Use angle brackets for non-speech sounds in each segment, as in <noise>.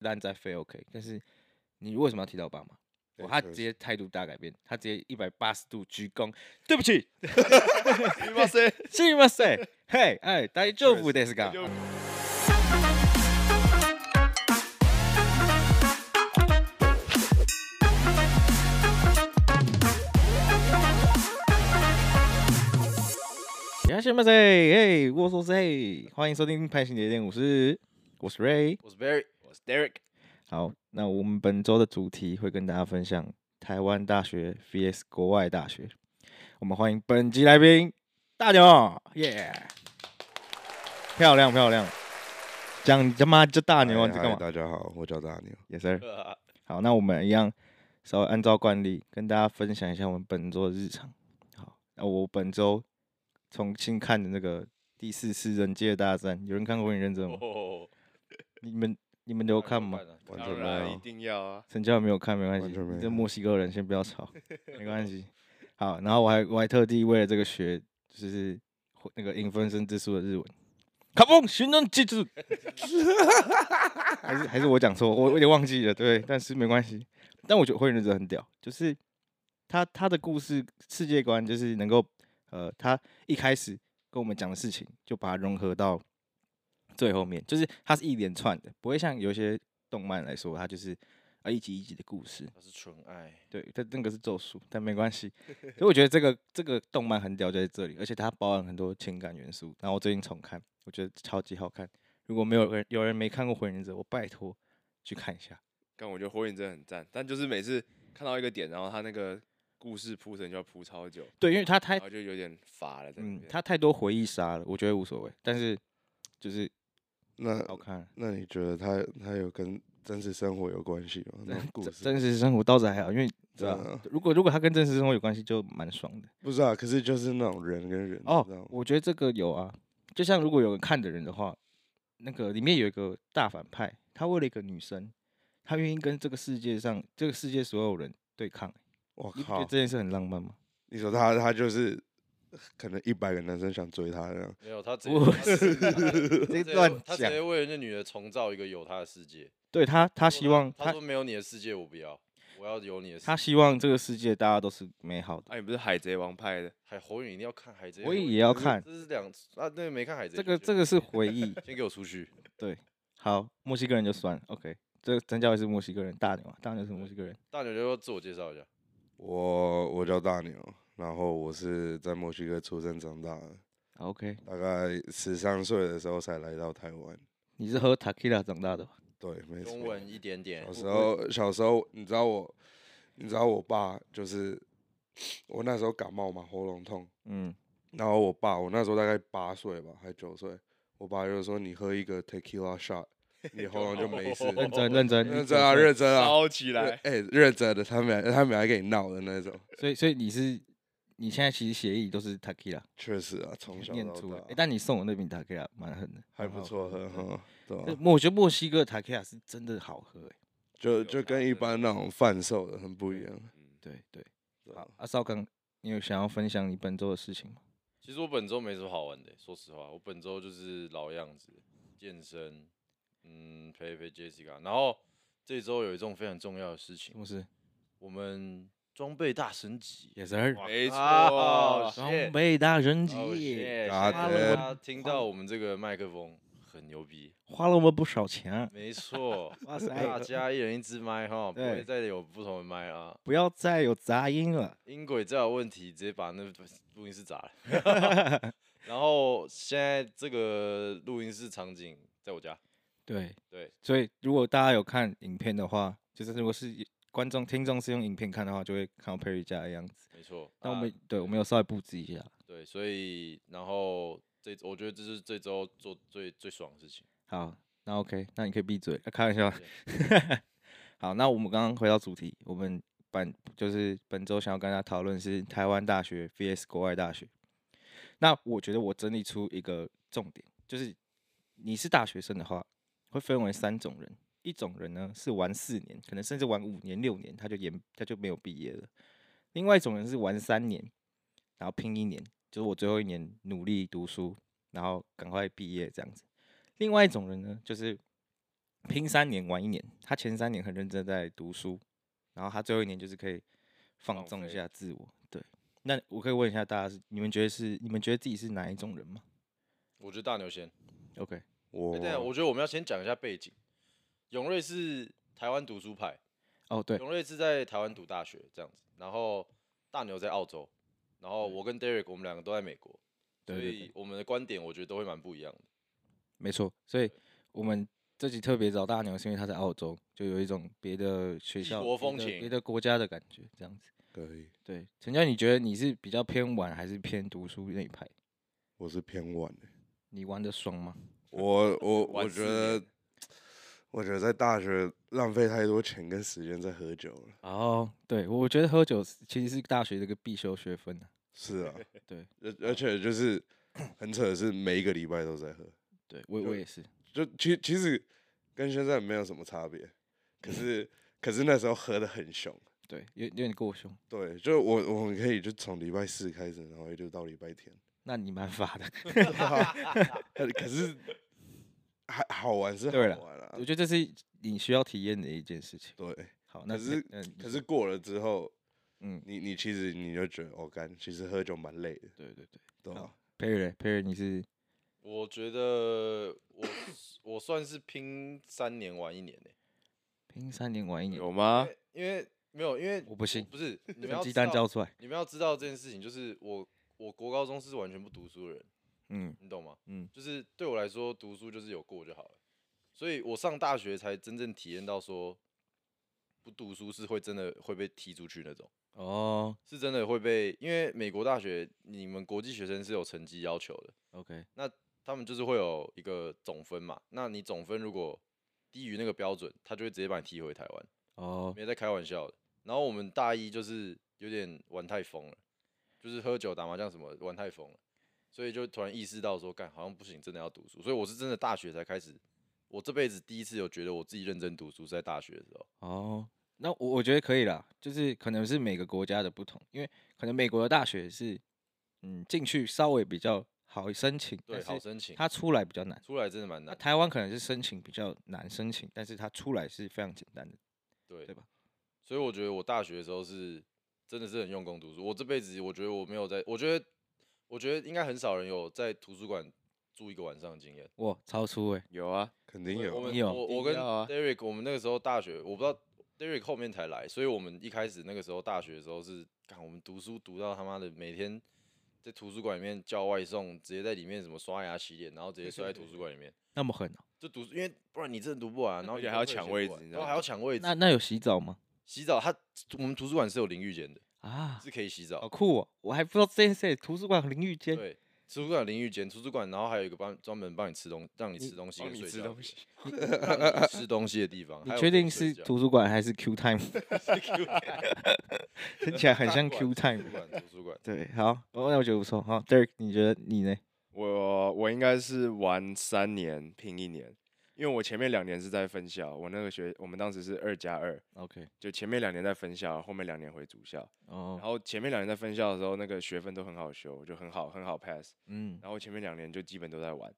烂再飞 OK，但是你为什么要提到奥巴马？对哇，他确直实接态度大改变，他直接一百八十度鞠躬，对不起， <laughs> 哇塞，すみません，嘿，哎，大丈夫ですか？就大家好，嘿，我说是嘿，欢迎收听《拍行节点》，我是我是 Ray。我是 Barry，我是 Derek，好，那我们本周的主题会跟大家分享台湾大学 VS 国外大学。我们欢迎本集来宾大牛，耶、漂亮漂亮，讲你他妈这大哎牛啊，你在哎干嘛大家好，我叫大牛。 ？Yes sir。好， <laughs> 那我们一样稍微按照惯例跟大家分享一下我们本周的日常。好，那我本周重新看的那个第四次人界大战，有人看过《火影忍者》吗？哦，你们你们有看吗？啊？完当全没然有一定要啊！陈教没有看没关系完全没，你这看墨西哥人先不要 <laughs> 吵，没关系。好，然后我还我还特地为了这个学，就是会那个影分身之术的日文，卡嘣寻人技术， <laughs> 还是还是我讲错，我我有点忘记了，对，但是没关系。但我觉得《火影忍者》很屌，就是他他的故事世界观就是能够呃，他一开始跟我们讲的事情，就把它融合到最后面，就是它是一连串的，不会像有些动漫来说，它就是啊一集一集的故事。哦那是纯爱，对，但那个是咒术，但没关 <laughs> 系。所以我觉得这个这个动漫很屌，就在这里，而且它包含很多情感元素。然后我最近重看，我觉得超级好看。如果没有人有人没看过《火影忍者》，我拜托去看一下。但我觉得火影真的很赞，但就是每次看到一个点，然后他那个故事铺陈就要铺超久，对，因为它太哦然后就有点乏了。在那嗯，边它太多回忆杀了，我觉得无所谓。但是就是那好看，那你觉得他他有跟真实生活有关系吗？那种故 <laughs> 真事嗯真实生活倒是还好，因为对真的啊，如果如果它跟真实生活有关系，就蛮爽的。不知道，可是就是那种人跟人哦你知道，吗我觉得这个有啊，就像如果有看的人的话，那个里面有一个大反派，他为了一个女生，他愿意跟这个世界上这个世界所有人对抗，我你不觉得靠，这件事很浪漫吗？你说他他就是可能一百个男生想追他这样，没有他直接不他直接这他直接乱他直讲接为了那女的重造一个有她的世界。对他，他他希望他他说没有你的世界我不要，我要有你的世界。他希望这个世界大家都是美好的。哎，你不是海贼王派的？哎海火影一定要看海贼我王，也要可是看这是两啊，那个没看海贼这就个，觉得。这个是回忆。先给我出去。好，墨西哥人就算了，OK。这个曾教也是墨西哥人，大牛啊，大牛是墨对西哥人。大牛就要自我介绍一下，我我叫大牛，然后我是在墨西哥出生长大的，好 OK，大概十三岁的时候才来到台湾。你是喝 Tequila 长大的吧？对，没错。中文一点点。小。时候，小时候，你知道我，你知道我爸就是 <sniffs> 我那时候感冒嘛，喉咙痛，嗯，然后我爸，我那时候大概八岁吧，还九岁，我爸就说你喝一个 tequila shot，你喉咙就没事认真认真哦认真啊，认真啊，烧起认哎、认真的，他们他们还跟你闹的那种，所以所以你是你现在其实协议都是 Tequila。确实啊，从小念到出来。诶大但你送我那瓶塔 K 拉蛮狠的，还蛮不好错的喝。哈，对啊啊对吧？我觉得墨西哥塔 K 拉是真的好喝、诶就就跟一般那种贩售的很不一样。嗯对对。对啊好，阿少刚，你有想要分享你本周的事情吗？其实我本周没什么好玩的、说实话，我本周就是老样子，健身，嗯，陪陪 Jessica。然后这周有一种非常重要的事什情，么事我们装备大升级。 ？Yes sir。哇没靠错装啊谢备大升级，哦谢谢嘎大的家听到我们这个麦克风很牛逼，花了我们不少钱。啊没错， <laughs> 哇大家一人一支麦哈，不对会再有不同的麦啊。不要再有杂音了。音轨再有问题，直接把那录音室砸了。 <laughs> 然后现在这个录音室场景在我家，对对，所以如果大家有看影片的话，就是如果是观众听众是用影片看的话，就会看到 Perry 家的样子。没错。那我啊们对我们有稍微布置一下。对，所以然后这我觉得这是这周做最最爽的事情。好，那 OK，那你可以闭嘴，啊、开玩笑谢。 <laughs> 好，那我们刚刚回到主题，我们本就是本周想要跟大家讨论是台湾大学 VS 国外大学。那我觉得我整理出一个重点，就是你是大学生的话，会分为三种人。一种人呢是玩四年，可能甚至玩五年、六年，他就延他就没有毕业了；另外一种人是玩三年，然后拼一年，就是我最后一年努力读书，然后赶快毕业这样子。另外一种人呢，就是拼三年玩一年，他前三年很认真在读书，然后他最后一年就是可以放放纵一飞下自我。对，那我可以问一下大家是，你们觉得是你们觉得自己是哪一种人吗我觉得大牛先。 ？OK，我哎，对啊，哦我觉得我们要先讲一下背景。永瑞是台湾读书派，哦对，永瑞是在台湾读大学这样子，然后大牛在澳洲，然后我跟 Derek 我们两个都在美国，对对所对以我们的观点我觉得都会蛮不一样的。没错。所以我们这集特别找大牛，是因为他在澳洲，就有一种别的学异校、国别风的情别的国家的感觉，这样子。可以，对，陈佳，你觉得你是比较偏玩还是偏读书那一派？我是偏晚的。你玩的爽吗？我我晚我四觉得年，我觉得在大学浪费太多钱跟时间在喝酒了。哦，对，我觉得喝酒是其实是大学的一个必修学分、啊、是啊， <laughs> 对，而而且就是很扯的是，每一个礼拜都在喝。对我我也是，就其其实跟现在没有什么差别，<laughs> 可是可是那时候喝的很凶。对，有有点过凶，对，就是我我们可以就从礼拜四开始，然后一直到礼拜 <laughs> 天。那你 <laughs> 蛮法啊的。呃可是还好玩是好对啦玩啊我，觉得这是你需要体验的一件事情。对。好，那可是嗯，你可说是过了之后，嗯，你你其实你就觉得，哦，干，其实喝酒蛮累的，对对对对好吧？ ，Perry 嘞，Perry 你是我觉得我 <sniffs> 我算是拼三年玩一年呢、拼三年玩一年，有吗？因为因为没有因为啊我不信 <laughs> 不是你们成要绩知单道交出来，你们要知道这件事情，就是我我国高中是完全不读书的人，嗯你懂吗？嗯，就是对我来说，读书就是有过就好了。所以我上大学才真正体验到说，不读书是会真的会被踢出去那种，哦是真的会被，因为美国大学你们国际学生是有成绩要求的， ，OK，他们就是会有一个总分嘛，那你总分如果低于那个标准，他就会直接把你踢回台湾，哦，没在开玩笑的。然后我们大一就是有点玩太疯了，就是喝酒打麻将什么玩太疯了，所以就突然意识到说，干好像不行，真的要读书。所以我是真的大学才开始，我这辈子第一次有觉得我自己认真读书是在大学的时候。哦，那我我觉得可以啦，就是可能是每个国家的不同，因为可能美国的大学是，嗯，进去稍微比较好申请，对，但好是申请，它出来比较难。出来真的蛮那难的。台湾可能是申请比较难申请，但是它出来是非常简单的。对对吧？所以我觉得我大学的时候是真的是很用功读书。我这辈子我觉得我没有在，我觉得我觉得应该很少人有在图书馆住一个晚上的经验。哇，超出哎、有啊，肯定我有我啊。们你有我一我定跟要啊 Derek，我们那个时候大学，我不知道 Derek 后面才来，所以我们一开始那个时候大学的时候是，看我们读书读到他妈的每天在图书馆里面叫外送，直接在里面什么刷牙洗脸，然后直接睡在图书馆里面。那么狠哦、就读，因为不然你真的读不完，然后而你且还功要课也抢写不位置完你知然后道还要抢位置那。那有洗澡吗？洗澡，它我们图书馆是有淋浴间的，啊，是可以洗澡好。酷哦、我还不知道这件事欸。图书馆淋浴间，对，图书馆有淋浴间，图书馆然后还有一个帮专门帮你吃东，让你吃东西帮跟你睡吃觉的东西， <laughs> 地方，让你吃东西的 <laughs> 地方。你还有确可以定睡是觉图书馆还是 Q <laughs> Time？听起来很像 Q 图 Time 书。馆，图书馆。对，好，哦那我觉得不错。好，Derek，你觉得你呢？我我应该是玩三年拼一年，因为我前面两年是在分校，我那个学我们当时是二加二， OK，就前面两年在分校，后面两年回主校。然哦，后前面两年在分校的时候，那个学分都很好修，就很好很好 pass。嗯，然后前面两年就基本都在玩，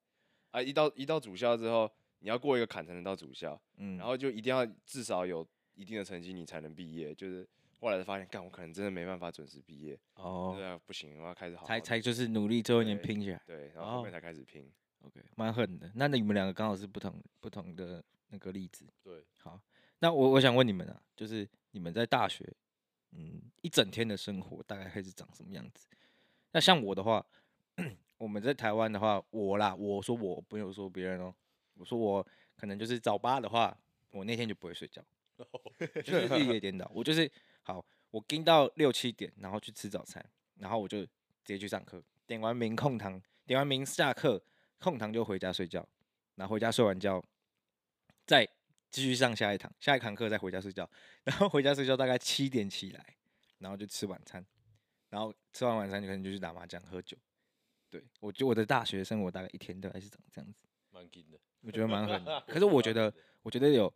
啊，一到一到主校之后，你要过一个坎才能到主校，嗯，然后就一定要至少有一定的成绩你才能毕业。就是后来才发现，干我可能真的没办法准时毕业，对哦，啊，不行，我要开始好才好才就是努力最后一年对拼起来。对，然后后面哦才开始拼。 OK，蛮狠的。那你们两个刚好是不同不同的那个例子。对，好，那我我想问你们啊，就是你们在大学，嗯，一整天的生活大概会是长什么样子？那像我的话， <clears throat> 我们在台湾的话，我啦，我说我不有说别人哦，我说我可能就是早八的话，我那天就不会睡觉，就是日夜颠倒。我就是好，我盯到六七点，然后去吃早餐，然后我就直接去上课，点完名空堂，点完名下课，空堂就回家睡觉，然后回家睡完觉，再继续上下一堂，下一堂课再回家睡觉， <laughs> 然后回家睡觉大概七点起来，然后就吃晚餐，然后吃完晚餐就可能就去打麻将喝酒。对我觉得我的大学生活大概一天大概是长这样子，蛮劲的。我觉得蛮狠 <laughs> 的。可是我觉得，我觉得有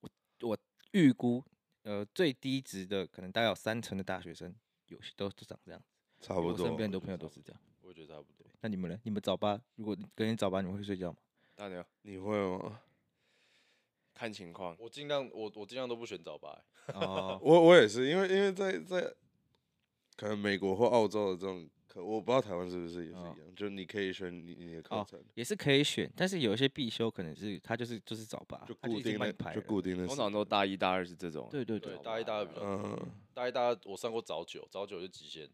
我我预估呃最低值的可能大概有三成的大学生有些都都长这样子，差我不身多。边很多我觉朋友得都差是不这样。我觉得差不多。那你们呢？你们早八如果隔天早八你们会睡觉吗？大牛，你会吗？看情况。我尽量我我尽量都不选早八、欸哦，我我也是，因为因为在在可能美国或澳洲的这种课，我不知道台湾是不是也是一哦样，就你可以选你你的课哦程，也是可以选，但是有一些必修可能是他就是就是早八，就啊他就固已经定帮的你排就了固定的时通间。常都大一大二是这种。对对对，大一啊大二比较多，嗯，大一大二我上过早九，早九是极限，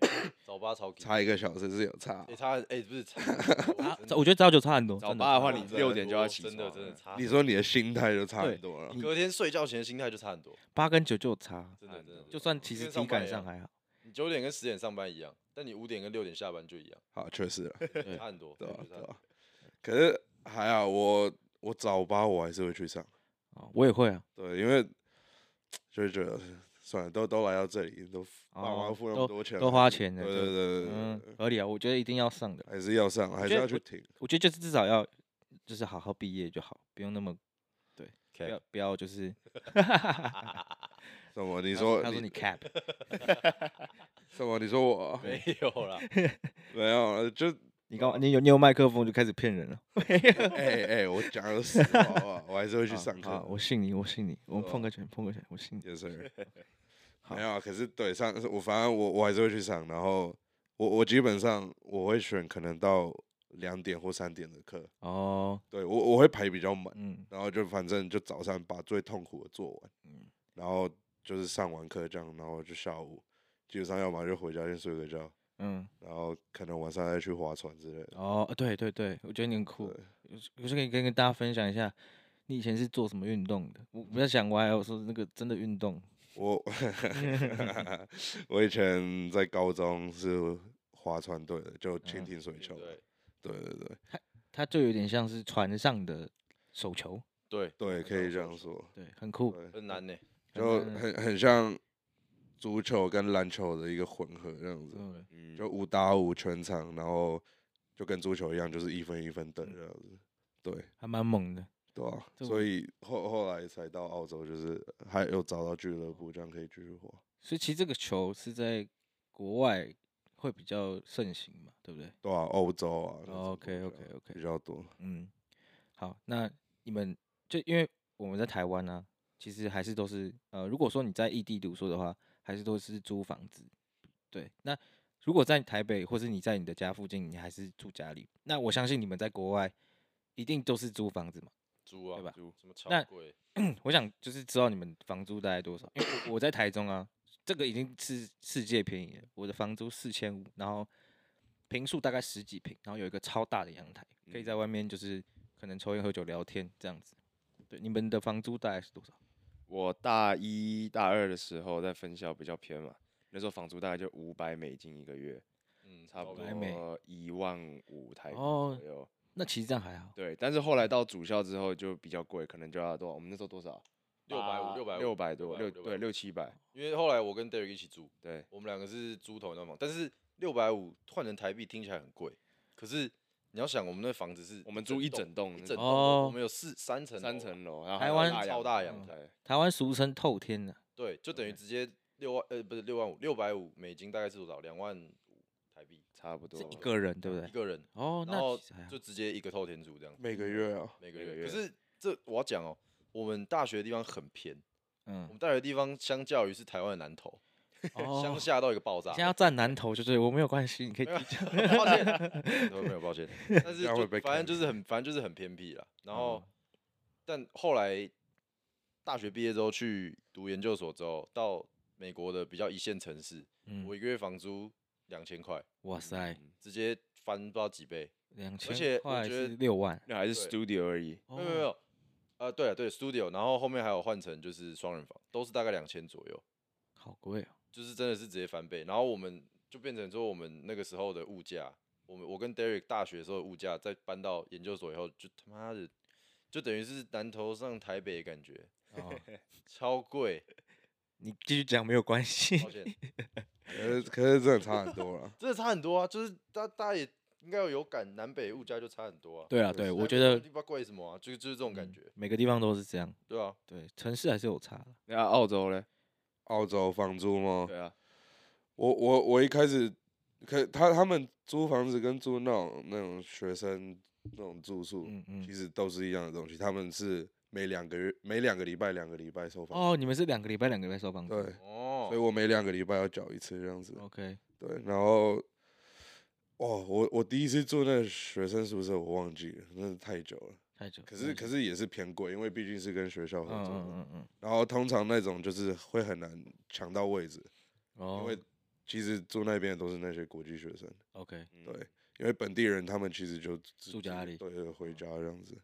对早八超级。差一个小时是有差哎、。差哎、不是差啊很多，早我觉得早九差很多，早真的八的差话很你多真的六很点就多要起真的床真的了差很多。你说你的心态就差对很多了，你隔天睡觉前的心态就差很多，八跟九就有差，啊真的真的。就算其实今天上体班感一上样还好，你九点跟十点上班一样，但你五点跟六点下班就一样，好，<laughs> 确实了，对差很多。对吧就？差对啊很多吧？可是还好，我我早八我还是会去上，哦我也会啊，对，因为就是觉得算了，都都来到这里，都爸妈哦付那都么多钱，都花钱的，对对就呃对对对嗯对，，合理啊，我觉得一定要上的，还是要上，还是觉得要去我听。我觉得就是至少要就是好好毕业就好，不用那么不 Cap 要不要就是，什么？你你说他说你 <laughs> cap，什么？你说我啊没有啦，没有？ <laughs> 就你刚你有你有麦克风就开始骗人了，哎哎，我讲的死好不好？我还是会去好上好课。我信你，我信你，我们碰哦个拳碰个拳，我信你， Yes sir <laughs> 好没有啊，可是对上我反正我我还是会去上，然后我我基本上我会选可能到两点或三点的课，哦，对我我会排比较满，嗯，然后就反正就早上把最痛苦的做完，嗯然后就是上完课这样，然后就下午基本上要么就回家先睡个觉，嗯，然后可能晚上再去划船之类的。哦，对对对，我觉得你很酷对，，我是可以跟跟大家分享一下，你以前是做什么运动的？我不要想歪哦，我说那个真的运动，我 <laughs> 我以前在高中是划船队的，就嗯蜻蜓水球，对对对对它就有点像是船上的手球，对，对，可以这样说，说。对，很酷，对， <laughs> 很难呢、很就难很很像足球跟篮球的一个混合这样子，嗯嗯，就五打五全场，然后就跟足球一样，就是一分一分等嗯这样子。对还蛮猛的。对啊，这所我以后后来才到澳洲，就是还有找到俱乐部，这样可以继续活。所以其实这个球是在国外会比较盛行嘛，对不对哦对啊，欧洲啊那种国？OK 家 OK OK，比较多。嗯，好，那你们就因为我们在台湾呢、其实还是都是呃，如果说你在异地读书的话，还是都是租房子。对，那如果在台北或是你在你的家附近，你还是住家里，那我相信你们在国外一定都是租房子嘛。猪啊，对吧猪什么超那贵？我想就是知道你们房租大概多少，因为我我在台中啊，这个已经是世界便宜了，我的房租四千五，然后平数大概十几平，然后有一个超大的阳台，可以在外面就是可能抽烟喝酒聊天这样子。对，你们的房租大概是多少？我大一大二的时候在分校比较偏嘛，那时候房租大概就五百美金一个月，嗯，差不高百美多一万五台币哦左右。那其实这样还好，对，但是后来到主校之后就比较贵，可能就要多少？我们那时候多少？ 650 650六百多， 650六650对六七百，因为后来我跟 Derek 一起住，对，我们两个是租同一栋房，但是六百五换成台币听起来很贵，可是你要想，我们那房子是我们租一整栋一那整栋种楼，哦我们有四三层三楼啊，层楼，然后台还有湾超大阳台，台湾俗称透天啊的、对，就等于 OK 直接六万呃不是六万五六百五美金大概是多少？两万五台币差不多是一个人对不一对？个人， <laughs> 哦，然那后其实还好就直接一个透天租这样子，每个月啊，每个每个月。可月是这我要讲哦，我们大学的地方很偏，我嗯，们大学的地方相较于是台湾的南投，哦乡，下到一个爆炸现。在要站南头就对，我没有关系，你可以没有啊 <laughs> 抱歉， <laughs> 没有抱歉，但是这样会就被反正坑就是很，反正就是很偏僻了。然后，嗯但后来大学毕业之后去读研究所之后，到美国的比较一线城市，嗯我，一个月房租两千块，哇塞，嗯直接翻不知道几倍。两且千我块觉得是六万，哦那还是对 studio 而已。没有没有没有，呃，对了对，studio，然后后面还有换成就是双人房，都是大概两千左右，好贵哦，就是真的是直接翻倍。然后我们就变成说，我们那个时候的物价，我们我跟 Derek 大学的时候的物价，再搬到研究所以后，就他妈的，就等于是南头上台北的感觉， <laughs> 哦超贵。你继续讲没有关系抱，歉，。可是呃可是真的差很多了真的差很多啊，就是大大家也应该有有感，南北物价就差很多啊。对啊，对，对南我北觉到得底不知道贵什么啊，就就是这种感嗯觉，每个地方都是这样。对啊，对，城市还是有差的。那澳洲嘞？澳洲房租吗？对啊，我我我一开始，可他他们租房子跟租那种那种学生那种住宿，嗯嗯其实都是一样的东西。他们是每两个月每两个礼拜两个礼拜收房哦，你们是两个礼拜两个礼拜收房租，租对，所以哦，我每两个礼拜要缴一次这样子， ？OK，对，然后，哦，我我第一次住那个学生宿舍，我忘记了，那是太久了。太久。可是可是，是也是偏贵，因为毕竟是跟学校合嗯作的。嗯嗯嗯，然后通常那种就是会很难抢到位置，因哦为其实住那边的都是那些国际学生， ，OK，对，因为本地人他们其实就自嗯住家自己里哦对对，回家这样子。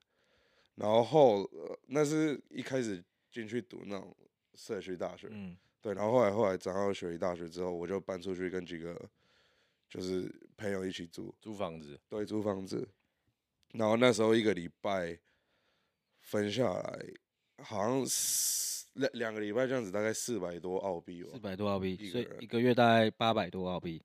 然后后、呃那是一开始进去读那种社区大学，嗯对，然后后来后来转到雪梨大学之后，我就搬出去跟几个就是朋友一起住，租房子，对，租房子。然后那时候一个礼拜分下来，好像四两两个礼拜这样子，大概四百多澳币四哦。百多澳币，一所以个人一个月大概八百多澳币。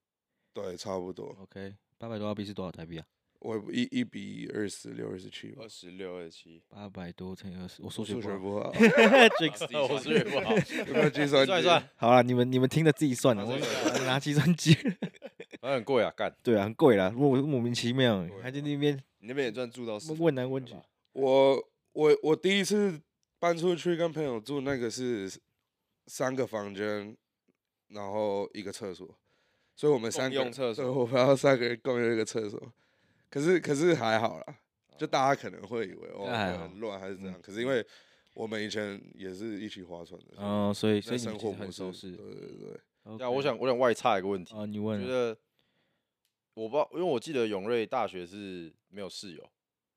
对，差不多， OK，八百多澳币是多少台币啊？我也不一一比二十六、二十七吧二。十六、二十 <laughs> 七，八百多乘以二十，我数我学数不学好。 <laughs> 不好，我数学不好，有没有计算算一机算，好了，你们你们听着自己算了，啊我自己算拿计算机。反正很贵啊，干，对啊，很贵啦，莫莫名其妙欸对，还在那边你那边也赚住到四问来问去。我我我第一次搬出去跟朋友住，那个是三个房间，然后一个厕所，所以我们共三个用人厕对所我们要三个人共用一个厕所。可是可是还好啦，就大家可能会以为哦那还会好很乱还是嗯怎样，可是因为我们以前也是一起划船的，哦，所以那所以你生们其活实模很式熟识对。对对，对 <laughs> 啊，我想我想外插一个问题，啊，你我问觉了，得我不知道，因为我记得永瑞大学是没有室友，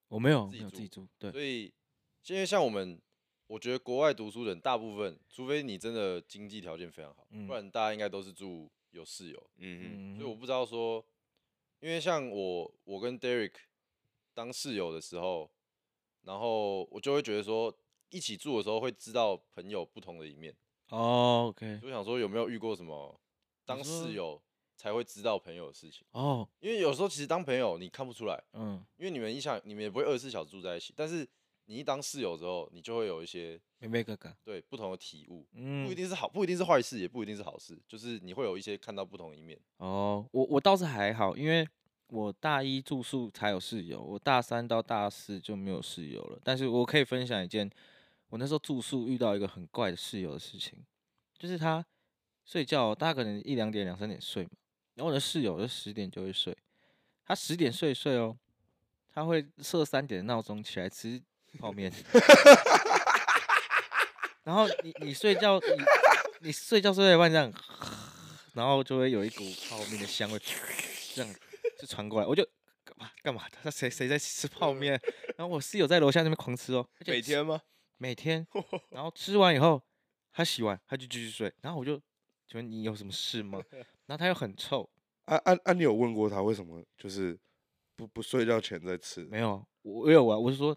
我没有自没己有自己住，对，所以因为像我们，我觉得国外读书人大部分，除非你真的经济条件非常好，嗯不然大家应该都是住有室友。嗯嗯，所以我不知道说，因为像我，我跟 Derek 当室友的时候，然后我就会觉得说，一起住的时候会知道朋友不同的一面。哦，OK，就想说有没有遇过什么当说室友才会知道朋友的事情？哦，因为有时候其实当朋友你看不出来，嗯，因为你们一想你们也不会二十四小时住在一起，但是你一当室友之后，你就会有一些妹妹哥哥，对不同的体悟，嗯不一，定是好，不一定是坏事，也不一定是好事，就是你会有一些看到不同的一面。哦，我我倒是还好，因为我大一住宿才有室友，我大三到大四就没有室友了。但是我可以分享一件，我那时候住宿遇到一个很怪的室友的事情，就是他睡觉，哦大家可能一两点、两三点睡嘛，然后我的室友就十点就会睡，他十点睡一睡哦，他会设三点的闹钟起来吃泡面。 <laughs> 然后你你睡觉，你你睡觉睡到一半这样，然后就会有一股泡面的香味，这样就传过来，我就干嘛干嘛？他谁谁在吃泡面？然后我室友在楼下那边狂吃哦，而且每天吗？每天，然后吃完以后，他洗完他就继续睡，然后我就请问你有什么事吗？然后他又很臭，啊啊啊！你有问过他为什么就是不不睡觉前在吃？没有，我没有啊，我是说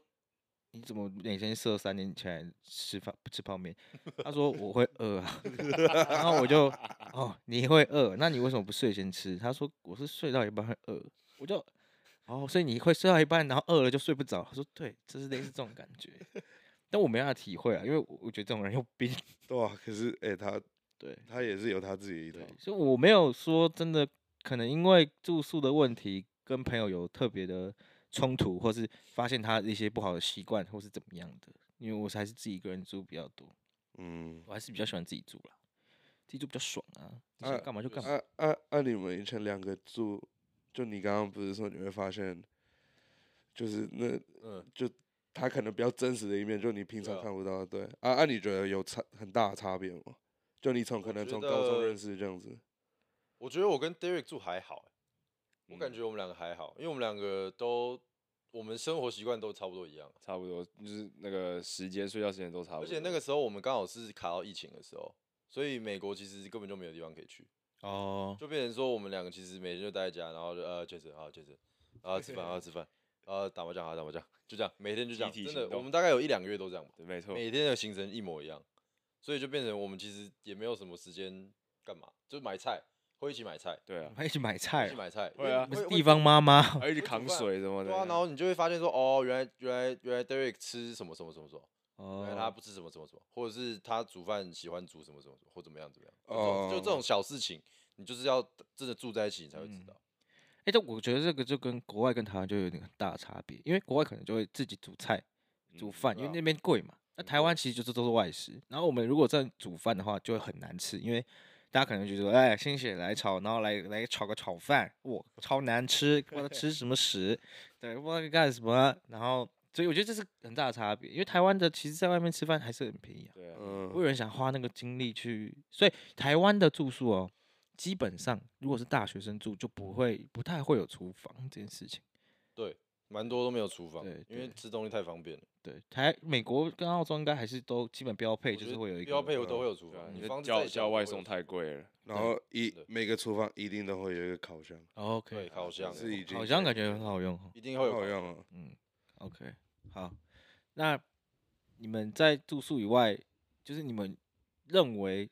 你怎么每天设三点起来吃饭不吃泡面？他说我会饿啊， <laughs> 然后我就哦你会饿，那你为什么不睡前吃？他说我是睡到一半会饿，我就哦所以你会睡到一半，然后饿了就睡不着。他说对，就是类似这种感觉， <laughs> 但我没办法体会啊，因为我我觉得这种人有病。对啊，可是哎、他对，他也是有他自己的一套对，，所以我没有说真的，可能因为住宿的问题跟朋友有特别的冲突，或是发现他的一些不好的习惯，或是怎么样的。因为我还是自己一个人住比较多，嗯。我还是比较喜欢自己住啦，自己住比较爽啊，呃你啊想干嘛就干嘛。按按按你们以前两个住，就你刚刚不是说你会发现，就是那嗯，就他可能比较真实的一面，就你平对常啊看不到的。对，啊啊，你觉得有差很大的差别吗？就你从我可能觉从高中得认识这样子，我觉得我跟 Derek 住还好、欸我感嗯觉我们两个还好，因为我们两个都我们生活习惯都差不多一样，差不多，就是那个时间睡觉时间都差不多。而且那个时候我们刚好是卡到疫情的时候，所以美国其实根本就没有地方可以去，哦， <laughs> 就变成说我们两个其实每天就待在家，然后就呃确诊啊确诊，啊吃饭啊吃饭，啊打麻将啊打麻将，就这样每天就这样，集体真行的动我们大概有一两个月都这样吧，对没错，每天的行程一模一样，所以就变成我们其实也没有什么时间干嘛，就买菜会一起买菜，对啊，还一起买会菜一起哦，买菜，会啊你们是会地方妈 <laughs> 妈还一直会煮扛饭水什么的。对啊，然后你就会发现说，哦，原来原来原来 Derek 吃什么什么什么什么，原来他哦，不吃什么什么什么，或者是他煮饭喜欢煮什么什么什么，或怎么样怎么样，就这哦种就这种小事情，你就是要真的住在一起，你才会知嗯道。哎，但我觉得这个就跟国外跟台湾就有点很大的差别，因为国外可能就会自己煮菜，煮饭，因为对啊那边贵嘛。那台湾其实就是都是外食，然后我们如果在煮饭的话，就会很难吃，因为大家可能就说，哎，心血来潮，然后来来炒个炒饭，哇，超难吃，不知道吃什么屎，对，不知道干什么。啊然后，所以我觉得这是很大的差别，因为台湾的其实在外面吃饭还是很便宜啊，对啊，不会有嗯，人想花那个精力去。所以台湾的住宿哦，基本上如果是大学生住，就不会不太会有厨房这件事情。蛮多都没有厨房对，因为对吃东西太方便了。对，台美国跟澳洲应该还是都基本标配，我就觉是得会有一个标配都会有厨对啊房，你你的房子叫再小叫都外会有送厨房太贵了，然后一真的每个厨房一定都会有一个烤箱，对 OK，烤箱啊是已经好像感觉很好用哦。一定会有好烤箱用啊。嗯，OK，好，那你们在住宿以外，就是你们认为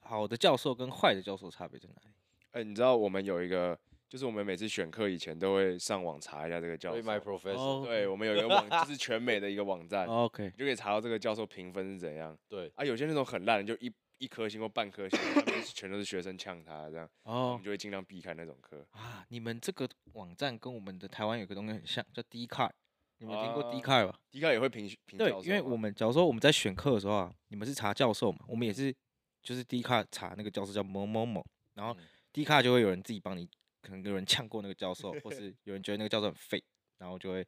好的教授跟坏的教授差别在哪里？哎，你知道我们有一个，就是我们每次选课以前都会上网查一下这个教所以 my 授， professor 对我们有一个网，就是全美的一个网站，呃，OK，你就可以查到这个教授评分是怎样。对，啊，有些那种很烂的，就一一颗星或半颗星，上面全都是学生呛他这样，我哦们就会尽量避开那种课。啊，你们这个网站跟我们的台湾有个东西很像，叫 d c a r 你们有听过啊 d c a r 吧？迪卡也会评评对教，啊授因为嘛我们假如说我们在选课的时候啊，你们是查教授嘛，我们也是就是第一卡查那个教授叫某某某，然后嗯第一卡就会有人自己帮你，可能有人呛过那个教授，或是有人觉得那个教授很废，然后就会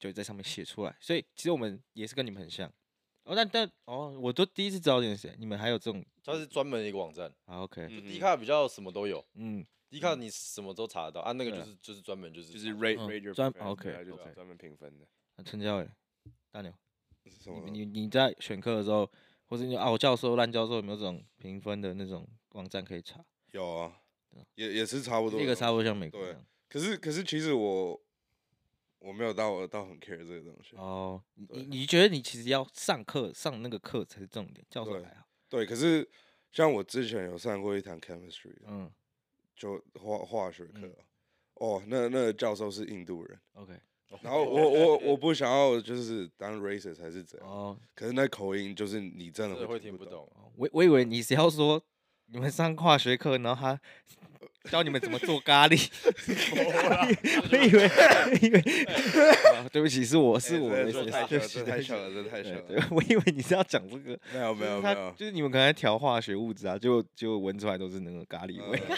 就会在上面写出来。所以其实我们也是跟你们很像。哦，但但哦，我都第一次知道这件事，你们还有这种它是专门一个网站，啊？OK，嗯迪卡比较什么都有，嗯，迪卡你什么都查得到啊，那个对就啊是就是专门就是就是 rate 嗯 rate your 专 preference， ，OK，对啊就是 OK 专门评分的。那陈教伟，欸大牛，什你么们？你你在选课的时候，或是你啊，我教授烂教授有没有这种评分的那种网站可以查？有啊对啊，也也是差不多的东西。这个差不多像美国对这样。可是可是其实我我没有到我到很 care 这个东西。哦，你对你你觉得你其实要上课上那个课才是重点，教授对还好。对，可是像我之前有上过一堂 chemistry，嗯就化化学课嗯啊，哦，那那个教授是印度人， ，OK，然后我我我不想要就是当 racist 还是怎样，哦，可是那口音就是你真真的的会会听不不。懂，哦我我以为你是要说你们上化学课，然后他呃教你们怎么 <laughs> 做咖喱， <laughs> 我以为我以 <laughs> 为，啊对不起，是我是哎我没这这事，太对不起，对不小了，这太起小 <laughs> 了，这太小对了。对，我以为你是要讲这个，没有就没是有没他有， <laughs> 就是你们可能在调化学物质啊，就就闻出来都是那个咖喱味。呃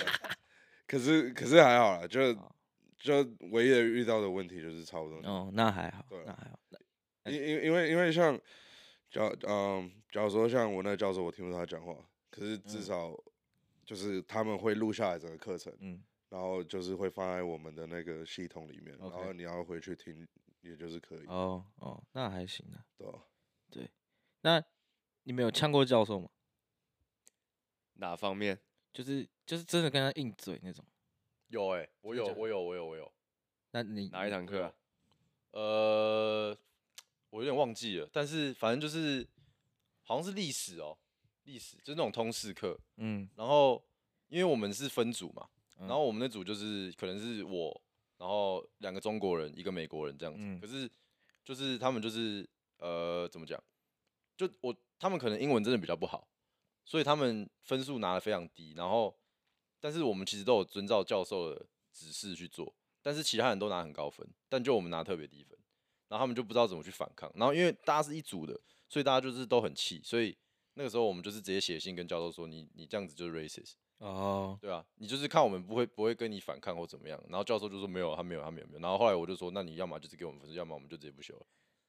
可是可是还好啦，就好就唯一的遇到的问题就是差不多，哦，那还好，嗯对那还好，因因因为因为像，假嗯，假如说像我那个教授，我听不到他讲话，可是至嗯少就是他们会录下来整个课程，嗯，然后就是会放在我们的那个系统里面，然 OK 后你要回去听，也就是可以，哦哦，那还行啊。对吧？那你们有呛过教授吗？哪方面？就是就是真的跟他硬嘴那种？有哎，我有我有我有我有，那你哪一堂 <laughs> 课啊？呃，我有点忘记了，但是反正就是好像是历史哦，历史就是那种通识课，嗯然后因为我们是分组嘛，嗯然后我们那组就是可能是我，然后两个中国人，一个美国人这样子。嗯可是就是他们就是呃怎么讲，就我他们可能英文真的比较不好，所以他们分数拿的非常低。然后但是我们其实都有遵照教授的指示去做，但是其他人都拿很高分，但就我们拿特别低分，然后他们就不知道怎么去反抗。然后因为大家是一组的，所以大家就是都很气，所以。那个时候我们就是直接写信跟教授说你你这样子就是 racist，哦对啊，你就是看我们不会不会跟你反抗或怎么样，然后教授就说没有，他没有，他没有没有。然后后来我就说，那你要么就是给我们分数，要么我们就直接不修了。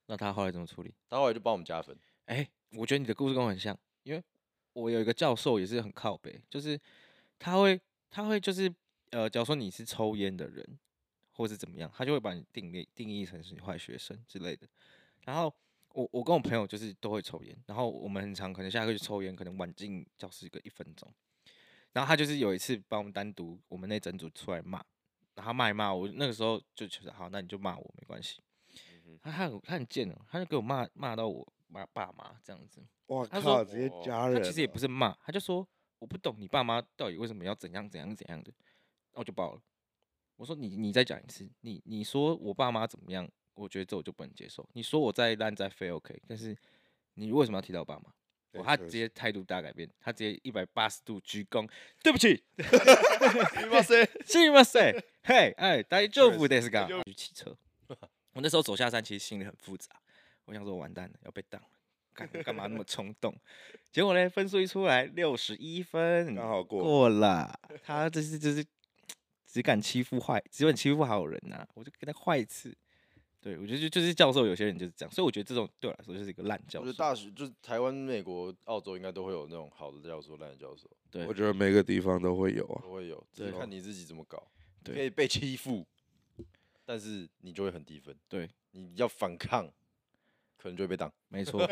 那他后来怎么处理？他后来就帮我们加分，哎、我觉得你的故事跟我很像，因为我有一个教授也是很靠北，就是他会他会就是呃，假如说你是抽烟的人，或是怎么样，他就会把你定义定义成是你坏学生之类的。然后我我跟我朋友就是都会抽烟，然后我们很常可能下课去抽烟，可能晚进教室个一分钟。然后他就是有一次把我们单独我们那整组出来骂，然后他骂一骂我，那个时候就觉得好，那你就骂我没关系。他他很他很贱哦，他就给我骂骂到我妈爸妈这样子。哇他说靠，直接哦加人他了，其实也不是骂，他就说我不懂你爸妈到底为什么要怎样怎样怎样的，那我就爆了。我说你你再讲一次，你你说我爸妈怎么样，我觉得这我就不能接受。你说我再烂再废 OK，但是你为什么要提到我爸妈？对我他确直实接态度大改变，他直接一百八十度鞠躬，对不起，哇塞， <laughs> すみませ <laughs> ん。嘿，哎，大丈夫です大丈 <laughs> か？去骑车。我那时候走下山，其实心里很复杂。我想说完蛋了，要被挡了， <laughs> 干我干嘛那么冲动？结果呢，分数一出来，六十一分，啊刚好过过了。他这是这是只敢欺负坏，只敢欺负好人呐、我就跟他坏一次。对，我觉得就就是教授有些人就是这样，所以我觉得这种对我来说就是一个烂教我觉得授。大学就是台湾、美国、澳洲应该都会有那种好的教授、烂的教授，对哦我觉得每个地方都会有啊。都会有，只是对看你自己怎么搞。你对可以被欺负，但是你就会很低分。对，你要反抗，可能就会被当。没错，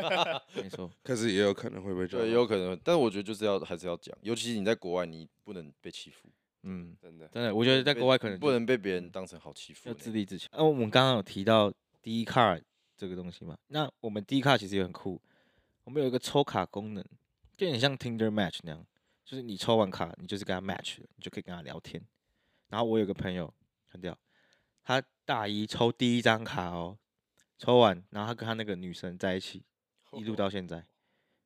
没错，可是也有可能会被抓到。对，也有可能，但是我觉得就是要还是要讲，尤其你在国外，你不能被欺负。嗯， <laughs> 真的真的，我觉得在被国外可能不就能被别人当成好欺负要的自那个。立自强。那、哦我们刚刚有提到 D card 这个东西嘛？那我们 D card 其实也很酷，我们有一个抽卡功能，就有点像 Tinder Match 那样，就是你抽完卡，你就是跟他 match，了你就可以跟他聊天。然后我有个朋友很屌，他大一抽第一张卡哦，抽完，然后他跟他那个女生在一起，一哦路到现在，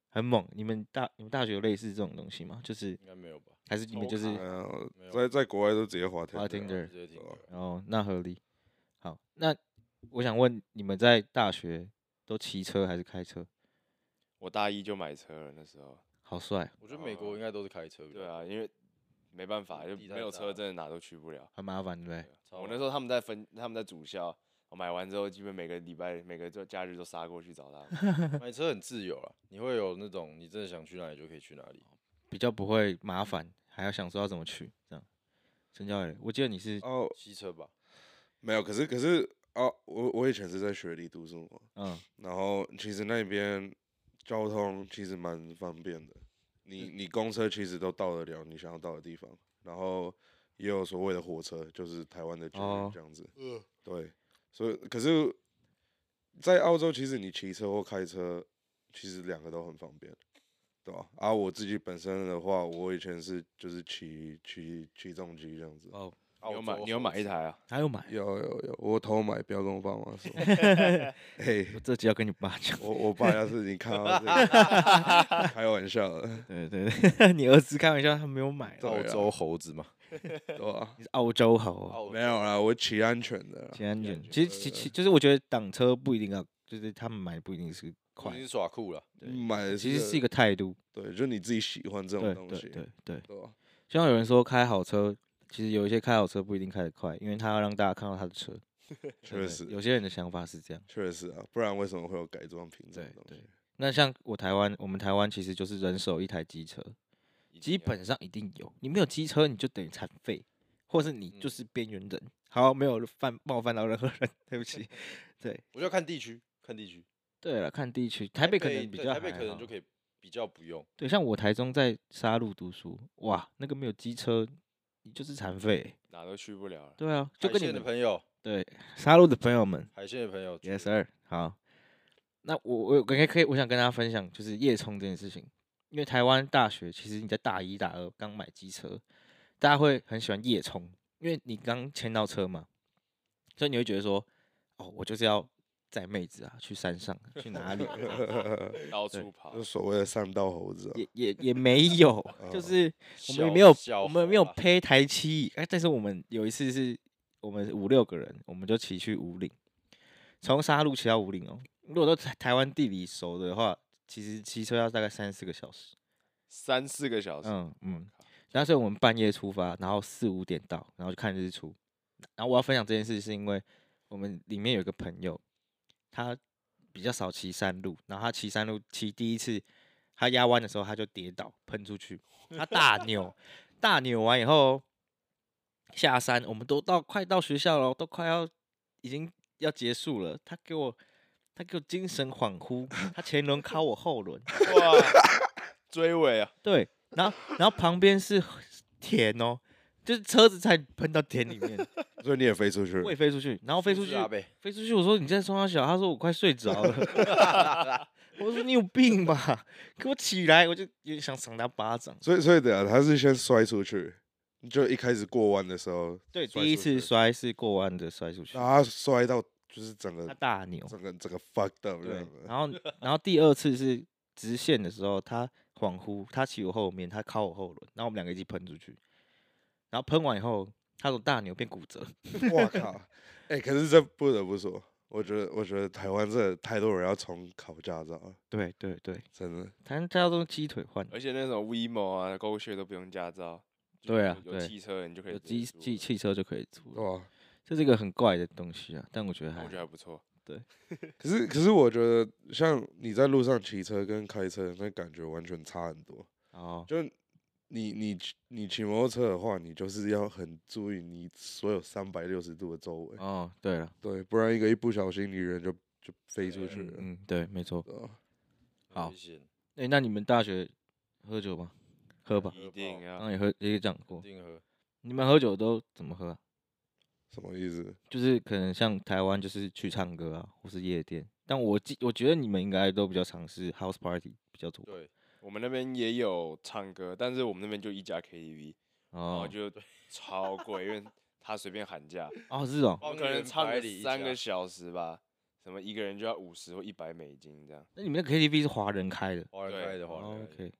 很猛。你们大你们大学有类似这种东西吗？就是应该没有吧？还是你们抽就是卡呃没有在在国外都啊直接滑滑天 Tinder 直接听歌。哦，那合理。好，那我想问你们在大学都骑车还是开车？我大一就买车了，那时候。好帅，我觉得美国应该都是开车比较对多，啊，因为没办法，就地没太有大车，了真的哪都去不了。很麻烦，对不对？超我麻那时候他们在分，他们在主校，我买完之后，基本每个礼拜、每个周假日都杀过去找他们。买车很自由啊，你会有那种你真的想去哪里就可以去哪里。比较不会麻烦，还要想说要怎么去这样。陈教练，我记得你是哦，西车吧，没有，可是可是哦，我我以前是在雪梨读书嘛，嗯，然后其实那边交通其实蛮方便的，你你公车其实都到得了你想要到的地方，然后也有所谓的火车，就是台湾的 j 哦这样子，对，所以可是，在澳洲其实你骑车或开车，其实两个都很方便，对吧、啊？我自己本身的话，我以前是就是骑骑骑重机这样子，哦，你澳有买？洲你有猴买一子？台啊？还有买，有有有，我偷买，不要跟我爸妈 <laughs> 说。嘿，我这集要跟你爸讲。我我爸要是你看到这个，开玩笑的，对对对， <laughs> 你儿子开玩笑，他没有买啦，澳对啊洲猴子嘛，对 <laughs> 吧、你是澳洲猴哦，澳没有啦，我骑安全的啦，骑安全。全其实其其就是我觉得挡车不一定要，就是他们买不一定是已快嗯经，耍酷了。对买的其实是一个个态度。对，就你自己喜欢这种对东对西，对对。对吧？就像有人说开好车，其实有一些开好车不一定开得快，因为他要让大家看到他的车。真确的实有些人的想法是这样。确实啊，不然为什么会有改装品这对种东对西？那像我台湾，我们台湾其实就是人手一台机车，一基定要本上一定有。你没有机车，你就等于残废，或是你就嗯是边缘人。好，没有犯冒犯到任何人，对不 <laughs> 起。对我就要看地区，看地区。对了，看地区，台北可对能比较台北还可能好就可以比较不用。对，像我台中在沙鹿读书，哇，那个没有机车，你就是残废。哪都去不了了。对啊，就海跟你线的们朋友，对沙鹿的朋友们，海线的朋友 Yes sir，好。那我我有可以可以，我想跟大家分享就是夜冲这件事情，因为台湾大学其实你在大一大二刚买机车，大家会很喜欢夜冲，因为你刚签到车嘛，所以你会觉得说，哦，我就是要载妹子啊，去山上去哪 <laughs> 里啊、到处跑 <laughs> 就，所谓的上道猴子、啊，也也也没有，就哦是我们也小没有小我们也没有猴啊配台七，哎，但是我们有一次是我们五六个人，我们就骑去五岭，从沙鹿骑到五岭哦。如果说台台湾地理熟的话，其实骑车要大概三四个小时。三四个小时。嗯嗯，那时候我们半夜出发，然后四五点到，然后就看日出。然后我要分享这件事，是因为我们里面有一个朋友，他比较少骑山路，然后他骑山路骑第一次，他压弯的时候他就跌倒喷出去，他大 <laughs> 扭，大扭完以后下山，我们都到快到学校了，都快要已经要结束了，他给我。他给我精神恍惚，他前轮靠我后轮，哇，追尾啊！对，然后然后旁边是田哦，就是车子才喷到田里面，所所以你也飞出去了我也飞出去，然后飞出去，啊阿贝，飞出去，我说你在冲他小，他说我快睡着了， <laughs> 我说你有病吧，给我起来，我就有点想赏他巴掌。所以所以等下他是先摔出去，就一开始过弯的时 <laughs> 候，对，摔第一出次去啊摔是过弯的摔出去然，后他摔到就是整个他大牛，整个整个 fucked up 这对样，子，然后然后第二次是直线的时候，他恍惚，他骑我后面，他靠我后轮，然后我们两个一起喷出去，然 <laughs> 后喷完以后，他从大牛变骨折， <laughs> 我靠！哎、可是这不得不说，我觉得我觉得台湾真的太多人要重考驾照了，对对对，真的。台湾驾照都是鸡腿换的，而且那种 WeMo 啊、GoShare 都不用驾照，就对是啊有对汽车你就可以有直接机租汽了汽车就可以嗯租了，哇，这是一个很怪的东西啊，但我觉得还我觉得好还不错。可是可是我觉得像你在路上骑车跟开车那感觉完全差很多，哦，就。你你骑你骑摩托车的话，你就是要很注意你所有三百六十度的周围，啊哦，对了，对，不然一个一不小心，你人就就飞出去嗯了。嗯，对，没错。对啊很好危险哎，那你们大学喝酒吗？喝吧，一喝定爆刚要刚也喝也讲一过，定 <laughs> 喝。你们喝酒都怎么喝啊？什么意思？就是可能像台湾就是去唱歌啊，或是夜店，但我记我觉得你们应该都比较尝试 house party 比较多吧。对，我们那边也有唱歌，但是我们那边就一家 KTV，然后哦就超贵，因为他随便喊价，哦是哦，我方们可能圆唱百个里一三个家小时吧，什么一个人就要五十或一百美金这样。那你们的 KTV 是华人开的华人对开的华哦人开的， ？OK，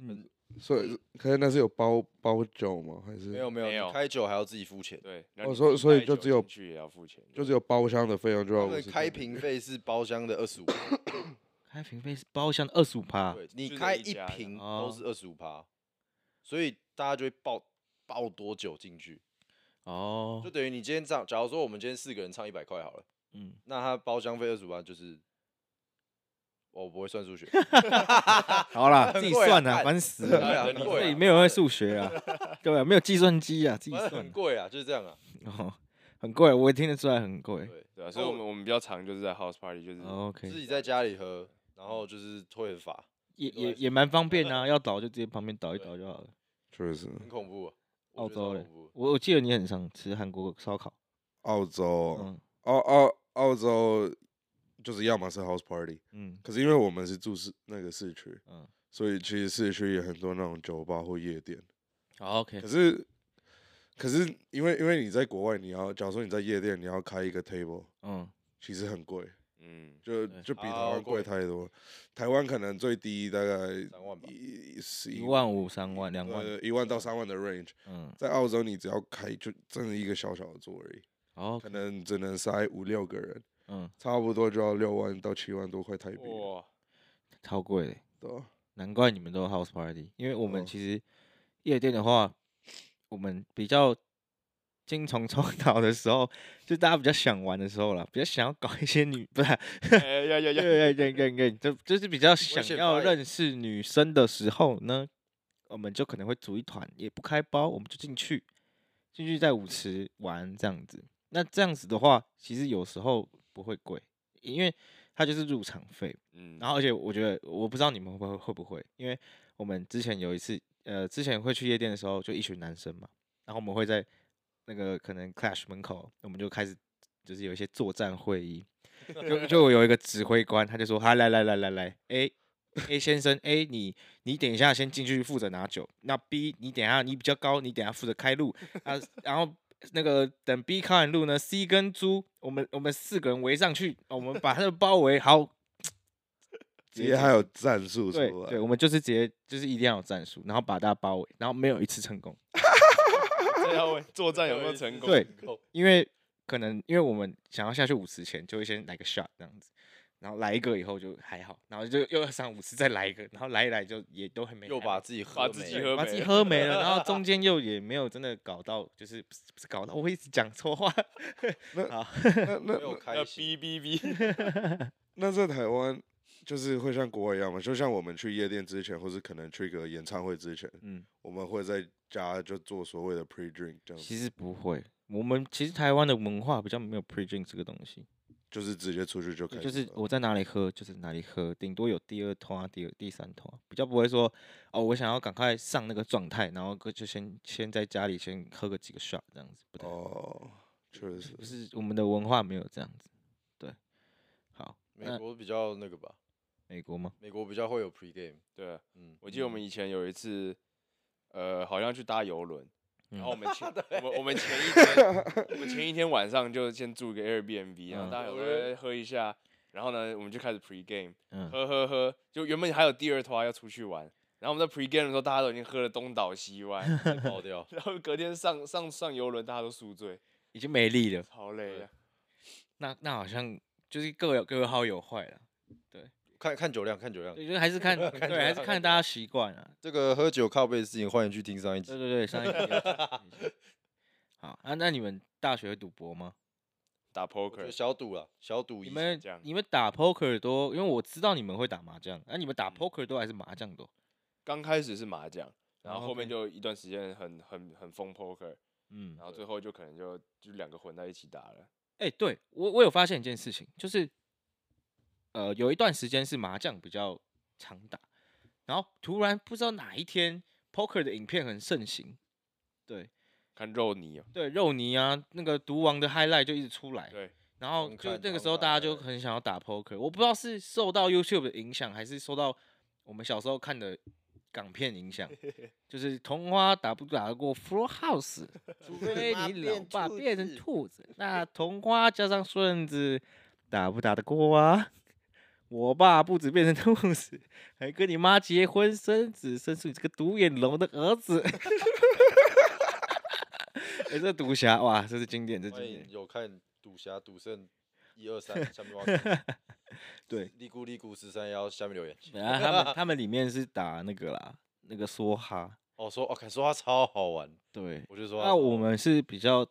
嗯，所以，可是那是有包包酒吗？还是没有没没有，有你开酒还要自己付钱，对，哦然后你所以自己所以带就酒只有进去也要付钱，就只有包厢的费用就要他五们十？开瓶费是包厢的二十五，开瓶费是包厢二十五趴，对你就那开一家一这样瓶啊哦都是二十五趴，所以大家就会爆爆多酒进去，哦就，等于你今天唱，假如说我们今天四个人唱一百块好了，嗯，那他包厢费二十五趴就是，哦我不会 <laughs> 算数学，好啦，很自己贵啊算啦，干烦死对啊，了，很这贵里啊，没有人会数学 <laughs> 啊，对啊，没有计算机啊，自己反正算很啊贵啊，就是这样啊，哦，很贵，我也听得出来很贵。对，对啊，所以哦我们我们比较常就是在 house party，就是哦自 OK，己在家里喝，然嗯后就是会很乏，也另外也是也蛮方便啊， <laughs> 要倒就直接旁边倒一对倒就好了。确实，很恐怖啊，我澳觉得超洲嘞恐怖，我我记得你很常吃韩国烧烤，澳洲，哦嗯澳澳澳洲就是要么是 house party，嗯可是因为我们是住市那个市区，嗯所以其实市区有很多那种酒吧或夜店。好，OK，可是，可是因为因为你在国外，你要假如说你在夜店，你要开一个 table，嗯，其实很贵，嗯，就对就比台好湾贵贵太多。台湾可能最低大概三万 <laughs> 吧，一十一万五、三万、两万，呃，一万到三万的 range，嗯，在澳洲你只要开就真的一个小小的座而已，好可，能只能塞五六个人，嗯，差不多就要六万到七万多块台币了， <laughs> 哇，超贵嘞，对啊难怪你们都有 house party，因为我们哦其实夜店的话，我们比较精虫充脑的时候，就大家比较想玩的时候啦，比较想要搞一些女，不是，哎呀对呀对呀，对对对，就就是比较想险要发言认识女生的时候呢，我们就可能会组一团，也不开包，我们就进去，进去在舞池玩这样子。那这样子的话，其实有时候不会贵，因为它就是入场费。嗯，然后而且我觉得，我不知道你们会不会会不会，因为我们之前有一次，呃，之前会去夜店的时候，就一群男生嘛，然后我们会在那个可能 Clash 门口，我们就开始就是有一些作战会议，就就有一个指挥官，他就说，啊哈，来来来来来，A A 先生，A 你你等一下先进去负责拿酒，那 B 你等一下你比较高，你等一下负责开路啊，然后那个等 B 开完路呢，C 跟猪，我们我们四个人围上去，我们把他们包围好。直接还有战术出对来对，，我们就是直接就是一定要有战术，然后把大家包围，然后没有一次成功，这要问作战有没有成功？对，因为可能因为我们想要下去舞池前就会先来个 shot 这样子，然后来一个以后就还好，然后就又要上舞池再来一个，然后来一来就也都很没又还把好自己喝把自己没喝把自己没喝没了，然后中间又也没有真的搞到，就是不是不是搞到，我会一直讲错话，那 <laughs> 那没有开要心。哔哔哔， <laughs> 那在台湾就是会像国外一样嘛，就像我们去夜店之前，或是可能去个演唱会之前，嗯，我们会在家就做所谓的 pre drink 这样子，其实不会。我们其实台湾的文化比较没有 pre drink 这个东西，就是直接出去就开对始，就是我在哪里喝就是哪里喝，顶多有第二通啊、第二、第三通啊，比较不会说哦，我想要赶快上那个状态，然后就先先在家里先喝个几个 shot 这样子，不太哦，确实不是我们的文化没有这样子，对，好，美那国比较那个吧，美国吗？美国比较会有 pre game，对，啊嗯，我记得我们以前有一次，呃，好像去搭游轮，然后我们前嗯 <laughs> 我们我们前一天我们前一天晚上就先住一个 Airbnb，然嗯后大家有哦时候喝一下，然后呢我们就开始 pre game，嗯，喝喝喝，就原本还有第二拖要出去玩，然后我们在 pre game 的时候大家都已经喝得东倒西 <laughs> 歪，，爆掉然后隔天上上上游轮大家都宿醉，已经没力了，超累啊对的。那那好像就是各有各有好有坏了，看看酒量，看酒量。对，就是还是 <laughs> 看对，觉还是到看大家习惯啊。这个喝酒靠背的事情，欢迎去听上一对集。对对，上一集有 <laughs> 讲好啊，那你们大学会赌博吗？打我觉得 poker 小赌啊，小赌你怡们这样你们打 poker 多，因为我知道你们会打麻将，那、你们嗯打 poker 多还是麻将多？刚开始是麻将，然哦后后面，OK 就一段时间很很很疯 poker，嗯，然后最后就可能就就两个混在一起打了。哎、对我我有发现一件事情，就是呃，有一段时间是麻将比较常打，然后突然不知道哪一天 poker 的影片很盛行，对看肉泥哦，对，肉泥啊，那个毒王的 highlight 就一直出来，对，然后狂就看那个狂时候大家打就对很想要打 poker，我不知道是受到 YouTube 的影响，还是受到我们小时候看的港片影 <laughs> 响，就是童花打不打得过 Full <laughs> House，除非妈你变老爸兔变成子兔子， <laughs> 那童花加上顺子打不打得过啊？我爸不止变成兔子， <laughs> 还跟你妈结婚生子，生出你这个独眼龙的儿子。 <laughs> 哎、这毒侠哇，这是经典，这是欢经典迎。有看赌侠、赌圣一二三，下面挖坑对，利咕利咕十三幺下面留言。然后他们他们里面是打那个啦，那个梭哈，哦，说哦，看说他超好玩，对。我就说那他超我好玩们是比较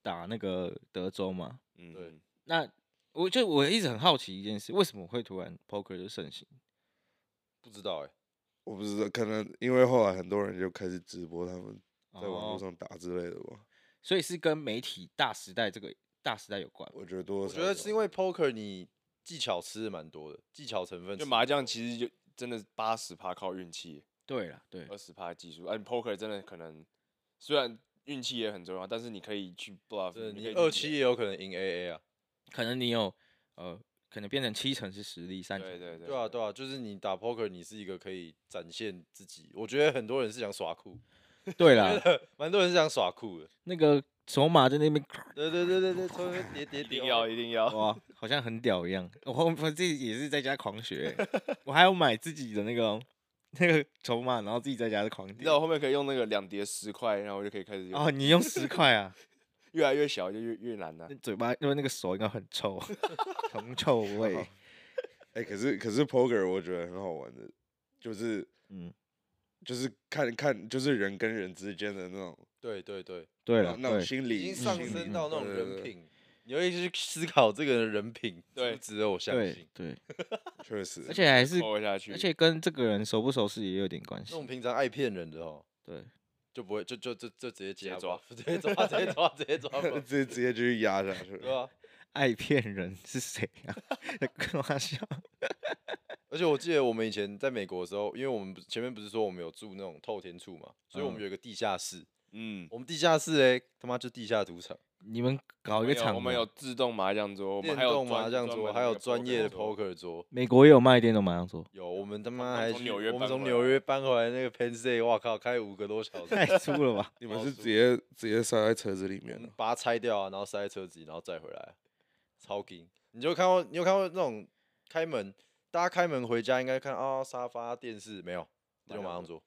打那个德州嘛？嗯，那我就我一直很好奇一件事，为什么会突然 poker 就盛行？不知道哎，我不知道，可能因为后来很多人就开始直播他们在网哦络上打之类的吧，所以是跟媒体大时代这个大时代有关吗。我觉得多我多觉得少是少因为 poker 你技巧吃的蛮多的，技巧成分就吃麻将其实就真的八十趴靠运气，对了，对，二十趴技术。啊而、你 poker 真的可能虽然运气也很重要，但是你可以去 bluff，真的你你可以去二演期也有可能赢 AA 啊，可能你有呃，可能变成七成是实力，三成对对对对啊对啊，就是你打 poker 你是一个可以展现自己，我觉得很多人是想耍酷，对啦，蛮多人是想耍酷的，那个筹码在那边，对对对对对，从那边叠叠一定叠要一定哦要。哇，好像很屌一样。我我自己也是在家狂学欸，我还要买自己的那个哦那个筹码，然后自己在家狂你知道屌。我后面可以用那个两叠十块，然后我就可以开始用，哦，你用十块啊？越来越小就越越难了、那嘴巴因为那个手应该很臭，铜臭味。哎、可是可是 poker 我觉得很好玩的，就是嗯，就是看看就是人跟人之间的那种对对对，对那了，那种对，心理已经上心理升到那种对对人对品，你会去思考这个人人品值不对值得我相对信。对，确实，而且还是，拖下去，而且跟这个人熟不熟识也有点关那系种。平常爱骗人的哦，对，就不会就就就就直接接接抓，直接抓， <laughs> 直接抓，直接抓 <laughs> 爆，直接直接就是压下去。对啊吧？爱骗人是谁啊？ <laughs> 在开玩笑。而且我记得我们以前在美国的时候，因为我们不是前面不是说我们有住那种透天处嘛，所以我们嗯有一个地下室，嗯，我们地下室哎、他妈就地下赌场，你们搞一没个有场吧，我们有自动麻将桌，我们电还有动专麻将专桌，门还那有个专 poker 业的桌 poker 桌。美国也有卖电动麻将桌，有，我们他我妈们还从去纽约我们搬从回纽来约搬回来那个 Penn State，哇靠，开五个多小时，太粗了吧？你们哦是是直接直接塞在车子里我面们的，把它拆掉啊，然后塞在车子里，然后再回来，超劲。你就看到，你有看到那种开门，大家开门回家应该看啊、沙发、电视没有，麻就将马上做。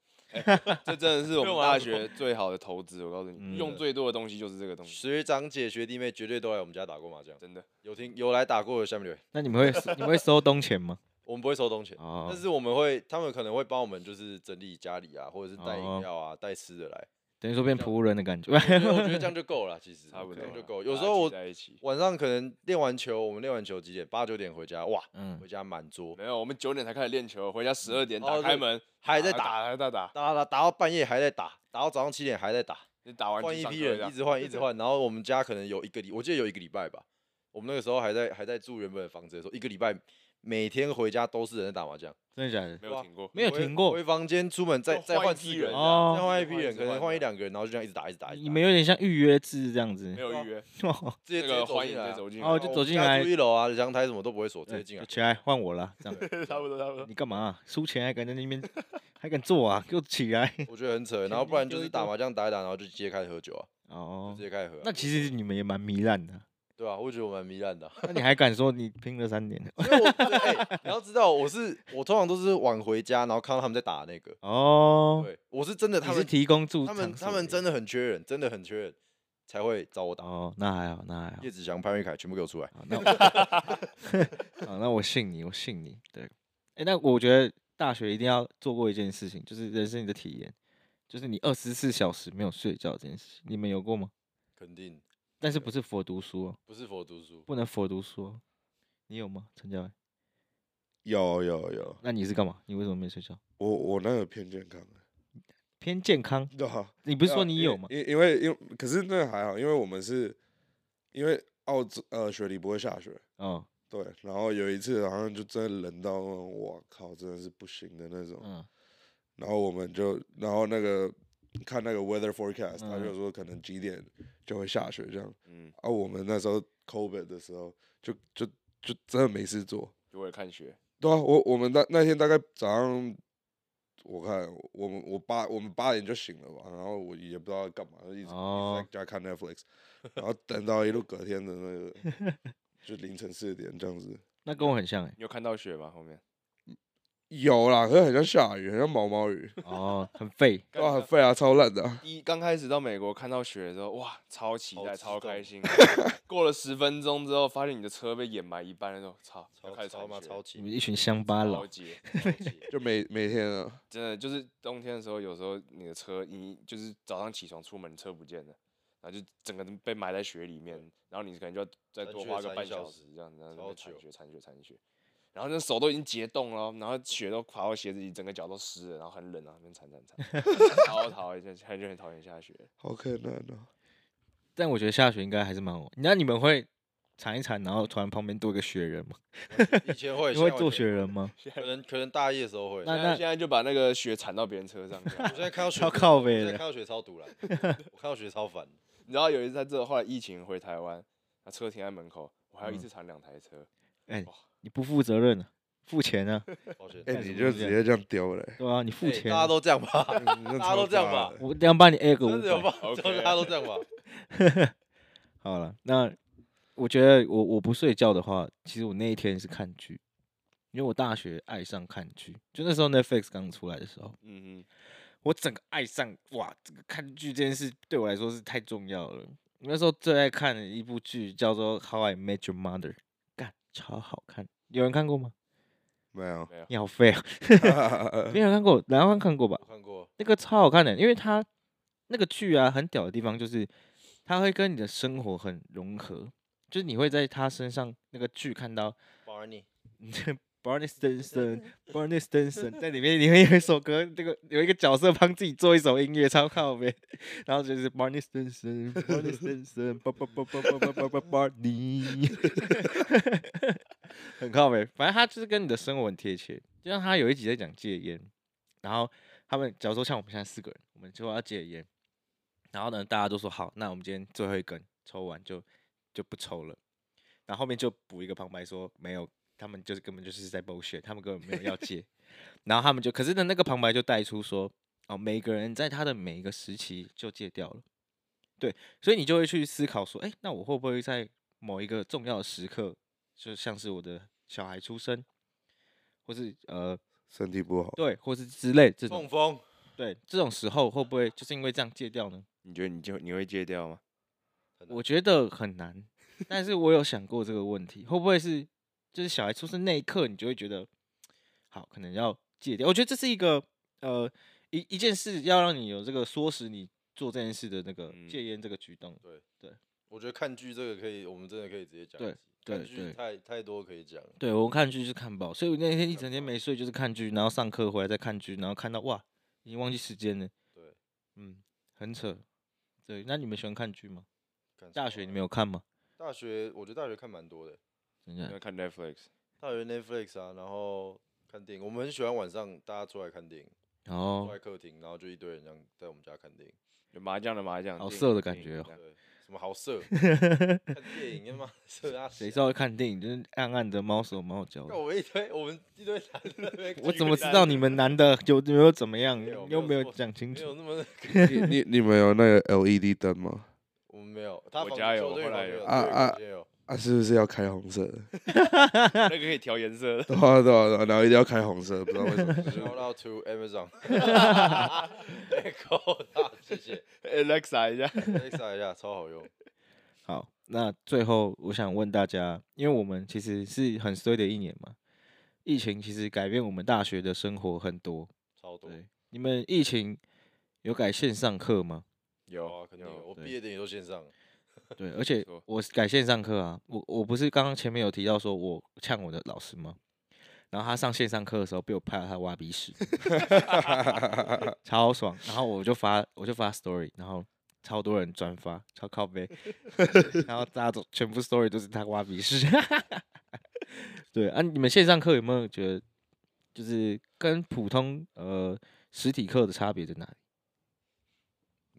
这真的是我用们完大了学最好的投资，我告诉你，嗯用最多的东西就是这个东西，学长姐、学弟妹绝对都来我们家打过麻将，真的。有听有来打过的下面留言， <laughs> 那你们会你们会收东钱吗？我们不会收东钱，哦但，是我们会，他们可能会帮我们就是整理家里啊，或者是带哦饮料啊、带吃的来。等于说变仆人的感觉。我觉得我觉得这样就够了啦，其 <laughs> 实差不这多样就啦够了。有大时家候聚我在一起，晚上可能练完球，我们练完球几点？八九点回家，哇，嗯回，家满桌，没有，我们九点才开始练球，回家十二点打哦开对门，还在打打，还在打，打打打到半夜还在打，打到早上七点还在打，你打完换就一上批课这人样一直换一直换，然后我们家可能有一个礼，我记得有一个礼拜吧，我们那个时候还在还在住原本的房子的时候，一个礼拜每天回家都是人在打麻将，真的假的？没有停过，没有回停过回房间出门再就再换换一四批个人人，这样再哦换一就批换一人，直可能换换一这样两个人，然后就这样一直打一直打，一直你打们有点像预约制这样子没。有预约，哦，那直接直接个走欢迎进再来啊。走进哦来，就我走们进家来住一楼啊，阳台什么都不会锁，直对接进就来。起来换我了，这样差不多差不多。你干嘛啊？输钱还敢在那边还敢做啊？给我起来！我觉得很扯，肯然后不然定就就是一打个麻将打一打，然后就直接开始喝酒啊，就哦直，接开始喝啊。那其实你们也蛮糜烂的，对啊，我觉得我蛮糜烂的啊。那你还敢说你拼了三年？ <laughs> 因为我对哎你要知道，我是我通常都是晚回家，然后看到他们在打那个。哦，对，我是真的，他你是们提供住他场们所他的们真的很缺人，真的很缺人。才会找我打。哦，那还好，那还好叶。子祥、潘瑞凯全部给我出来。好，那我好，啊那我信你，我信你。对，哎、那我觉得大学一定要做过一件事情，就是人生你的体验，就是你二十四小时没有睡觉这件事情，你们有过吗？肯定但是不是佛读书、哦，不是佛读书，不能佛读书、哦，你有吗？陈家伟，有有有，那你是干嘛？你为什么没睡觉？我我那个偏健康的， <laughs> 偏健康，对啊，你不是对啊说你因有为吗？因因为因为可是那还好，因为我们是因为澳洲呃雪梨不会下雪，哦，对，然后有一次好像就真的冷到那种我靠，真的是不行的那种，嗯，然后我们就，然后那个看那个 weather forecast，、他就嗯说可能几点就会下雪这样。嗯，啊，我们那时候 COVID 的时候，就就就真的没事做。就为了看雪，对啊，我我们那那天大概早上，我看我们我八我们八点就醒了吧，然后我也不知道干嘛，就一直、一直哦在家看 Netflix，然后等到一路隔天的那个， <laughs> 就凌晨四点这样子。那跟我很 <laughs> 像哎、你有看到雪吗？后面有啦，可是很像下雨，很像毛 <laughs> 毛雨，哦，很废，干哇，你很知废啊，超烂的啊、道第一刚开始到美国看到雪的时候，哇，超期好待，激超开动心。过了十分钟之后，发现你的车被掩埋一半的时候，操，要开超始超嘛铲雪超了，你级们一群乡巴佬超。哦级。超级就每每天啊。真的就是冬天的时候，有时候你的车，你就是早上起床出门，车不见了，然后就整个人被埋在雪里面，然后你可能就要再铲多雪花个铲一半小小时时这样子，然后在那超边铲久雪、铲雪、铲雪，然后那手都已经结冻了哦，然后雪都爬到鞋子里，整个脚都湿了，然后很冷，然啊后那边铲铲 <laughs> 铲，超讨厌，现在就很讨厌下雪。好困难哦！但我觉得下雪应该还是蛮好玩。那你们会铲一铲，然后突然旁边多一个雪人吗？以前会， <laughs> 你现会在完做全雪不会人？吗？可能可能大一的时候会。 <laughs> 那现在现在就把那个雪铲到别人车上这样我现在看到雪超真的，靠我北现在的看到雪 <laughs> 超堵了，我看到雪超烦。 <laughs> 你知道有一次在这，后来疫情回台湾，那车停在门口，我还要一嗯次铲两台车，哎哇你不负责任啊，付钱啊，抱歉，哎、干什你么就都直这样接这样丢了、欸，对啊，你付哎钱大啊、家都这样吧？大大家都这样吧我等一下帮你 A 个真五的有百。吧？ OK 大家都这样吧？好了，那我觉得我我不睡觉的话，其实我那一天是看剧，因为我大学爱上看剧，就那时候 Netflix 刚出来的时候，嗯哼，，我整个爱上哇，这个看剧这件事对我来说是太重要了。我那时候最爱看的一部剧叫做《How I Met Your Mother》，干超好看，有人看过吗？没有没有。你好废啊！没有人看过，南方看过吧我？看过，那个超好看的，因为它那个剧啊，很屌的地方就是它会跟你的生活很融合，就是你会在他身上那个剧看到 Barney， Barney Stinson，Barney Stinson 在里面，里面有一首歌，那个有一个角色帮自己做一首音乐，超靠呗。然后就是 Barney Stinson，Barney Stinson，叭叭叭叭叭叭叭叭 Barney，很靠呗。反正他就是跟你的生活很贴切，就像他有一集在讲戒烟，然后他们假如说像我们现在四个人，我们就要戒烟，然后呢，大家都说好，那我们今天最后一根抽完就就不抽了。然后后面就补一个旁白说没有，他们就是根本就是在 bullshit，他们根本没有要戒。然后他们就，可是呢，那个旁白就带出说，哦，每个人在他的每一个时期就戒掉了，对，所以你就会去思考说，哎，那我会不会在某一个重要的时刻，就像是我的小孩出生，或是呃，身体不好，对，或是之类这种痛，风，对，这种时候会不会就是因为这样戒掉呢？你觉得你就你会戒掉吗？很我觉得很难，但是我有想过这个问题，会不会是就是小孩出生那一刻，你就会觉得好，可能要戒掉。我觉得这是一个呃一一件事，要让你有这个唆使你做这件事的那个嗯戒烟这个举动。我觉得看剧这个可以，我们真的可以直接讲对一集。看对对剧太太多可以讲了。对我看剧是看报，所以我那天一整天没睡，就是看剧，然后上课回来再看剧，然后看到哇，已经忘记时间了。对，嗯，很扯。对，那你们喜欢看剧吗？干什大么学你啊们有看吗？大学，我觉得大学看蛮多的，真你的会看 Netflix？大学 Netflix 啊，然后看电影，我们很喜欢晚上大家出来看电影，坐哦在，客厅，然后就一堆人这样在我们家看电影。有麻将的麻将，好电色影的感电影觉哦这样对，什么 <laughs> 好色，看电影他妈色啊！谁知道看电影就是暗暗的猫手猫脚的干？。我们一堆，我们一堆男的在那边看，我怎么知道你们男的有没有怎么样？没有你没又有没有错讲清没有楚。那么，你你你们有那个 LED 灯吗？我们没有。他我房家间有我都后来有有啊 <laughs> 啊有。啊，是不是要开红色的？ <laughs> 那个可以调颜色的。对啊对啊对啊，然后一定要开红色，不知道为什 <laughs> 么。就是 Shout out to <laughs> Amazon，哎，够大，谢谢 Alexa 一下， ，Alexa 一下，超好用。好，那最后我想问大家，因为我们其实是很衰的一年嘛，疫情其实改变我们大学的生活很多。超多。对，你们疫情有改线上课吗？有啊，肯定有。我对毕业典礼都线上，对，而且错我是改线上课啊，我我不是刚刚前面有提到说我呛我的老师吗？然后他上线上课的时候被我拍到他挖鼻屎，超爽。然后我就发我就发 story，然后超多人转发，超靠背， <laughs> 然后大家都全部 story 都是他挖鼻屎。 <laughs> 对啊，你们线上课有没有觉得就是跟普通呃实体课的差别在哪里？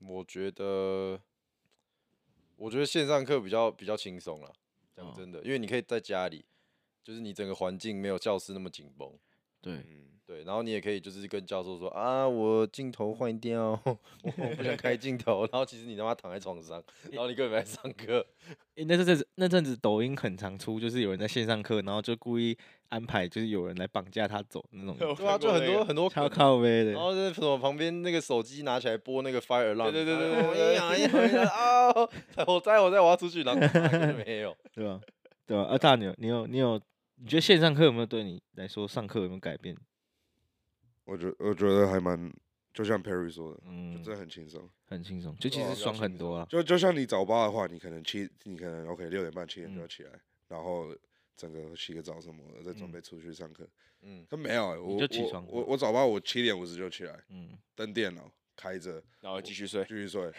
我觉得，我觉得线上课比较比较轻松啦。哦嗯讲真的，因为你可以在家里，就是你整个环境没有教室那么紧绷。对，嗯对，然后你也可以就是跟教授说啊，我镜头坏掉， <laughs> 我我不想开镜头。然后其实你他妈躺在床上，然后你根本没在上课。欸、那阵子那阵子抖音很常出，就是有人在线上课，然后就故意安排，就是有人来绑架他走那种 <laughs> ，我对啊，看就过很那多个很多超梗靠背然的。后在什么旁边那个手机拿起来播那个 fire alarm，对对对然后对对哎呀哎呀啊！我在我在我要出去，然后根本就没有。对吧？对吧？啊，大牛，你有你有，你觉得线上课有没有对你来说上课有没有改变？我觉我觉得还蛮，就像 Perry 说的，就嗯真，的很轻松。很轻松，就其对啊实比较爽很轻多了。就就像你早八的话，你可能七，你可能 OK 六点半七点就要嗯起来，然后整个洗个澡什么的，再准嗯备出去上课。嗯，可没有欸、我就起我床我我早八我七点五十就起来，嗯，登电脑开着然后继续睡继。<laughs> 续睡。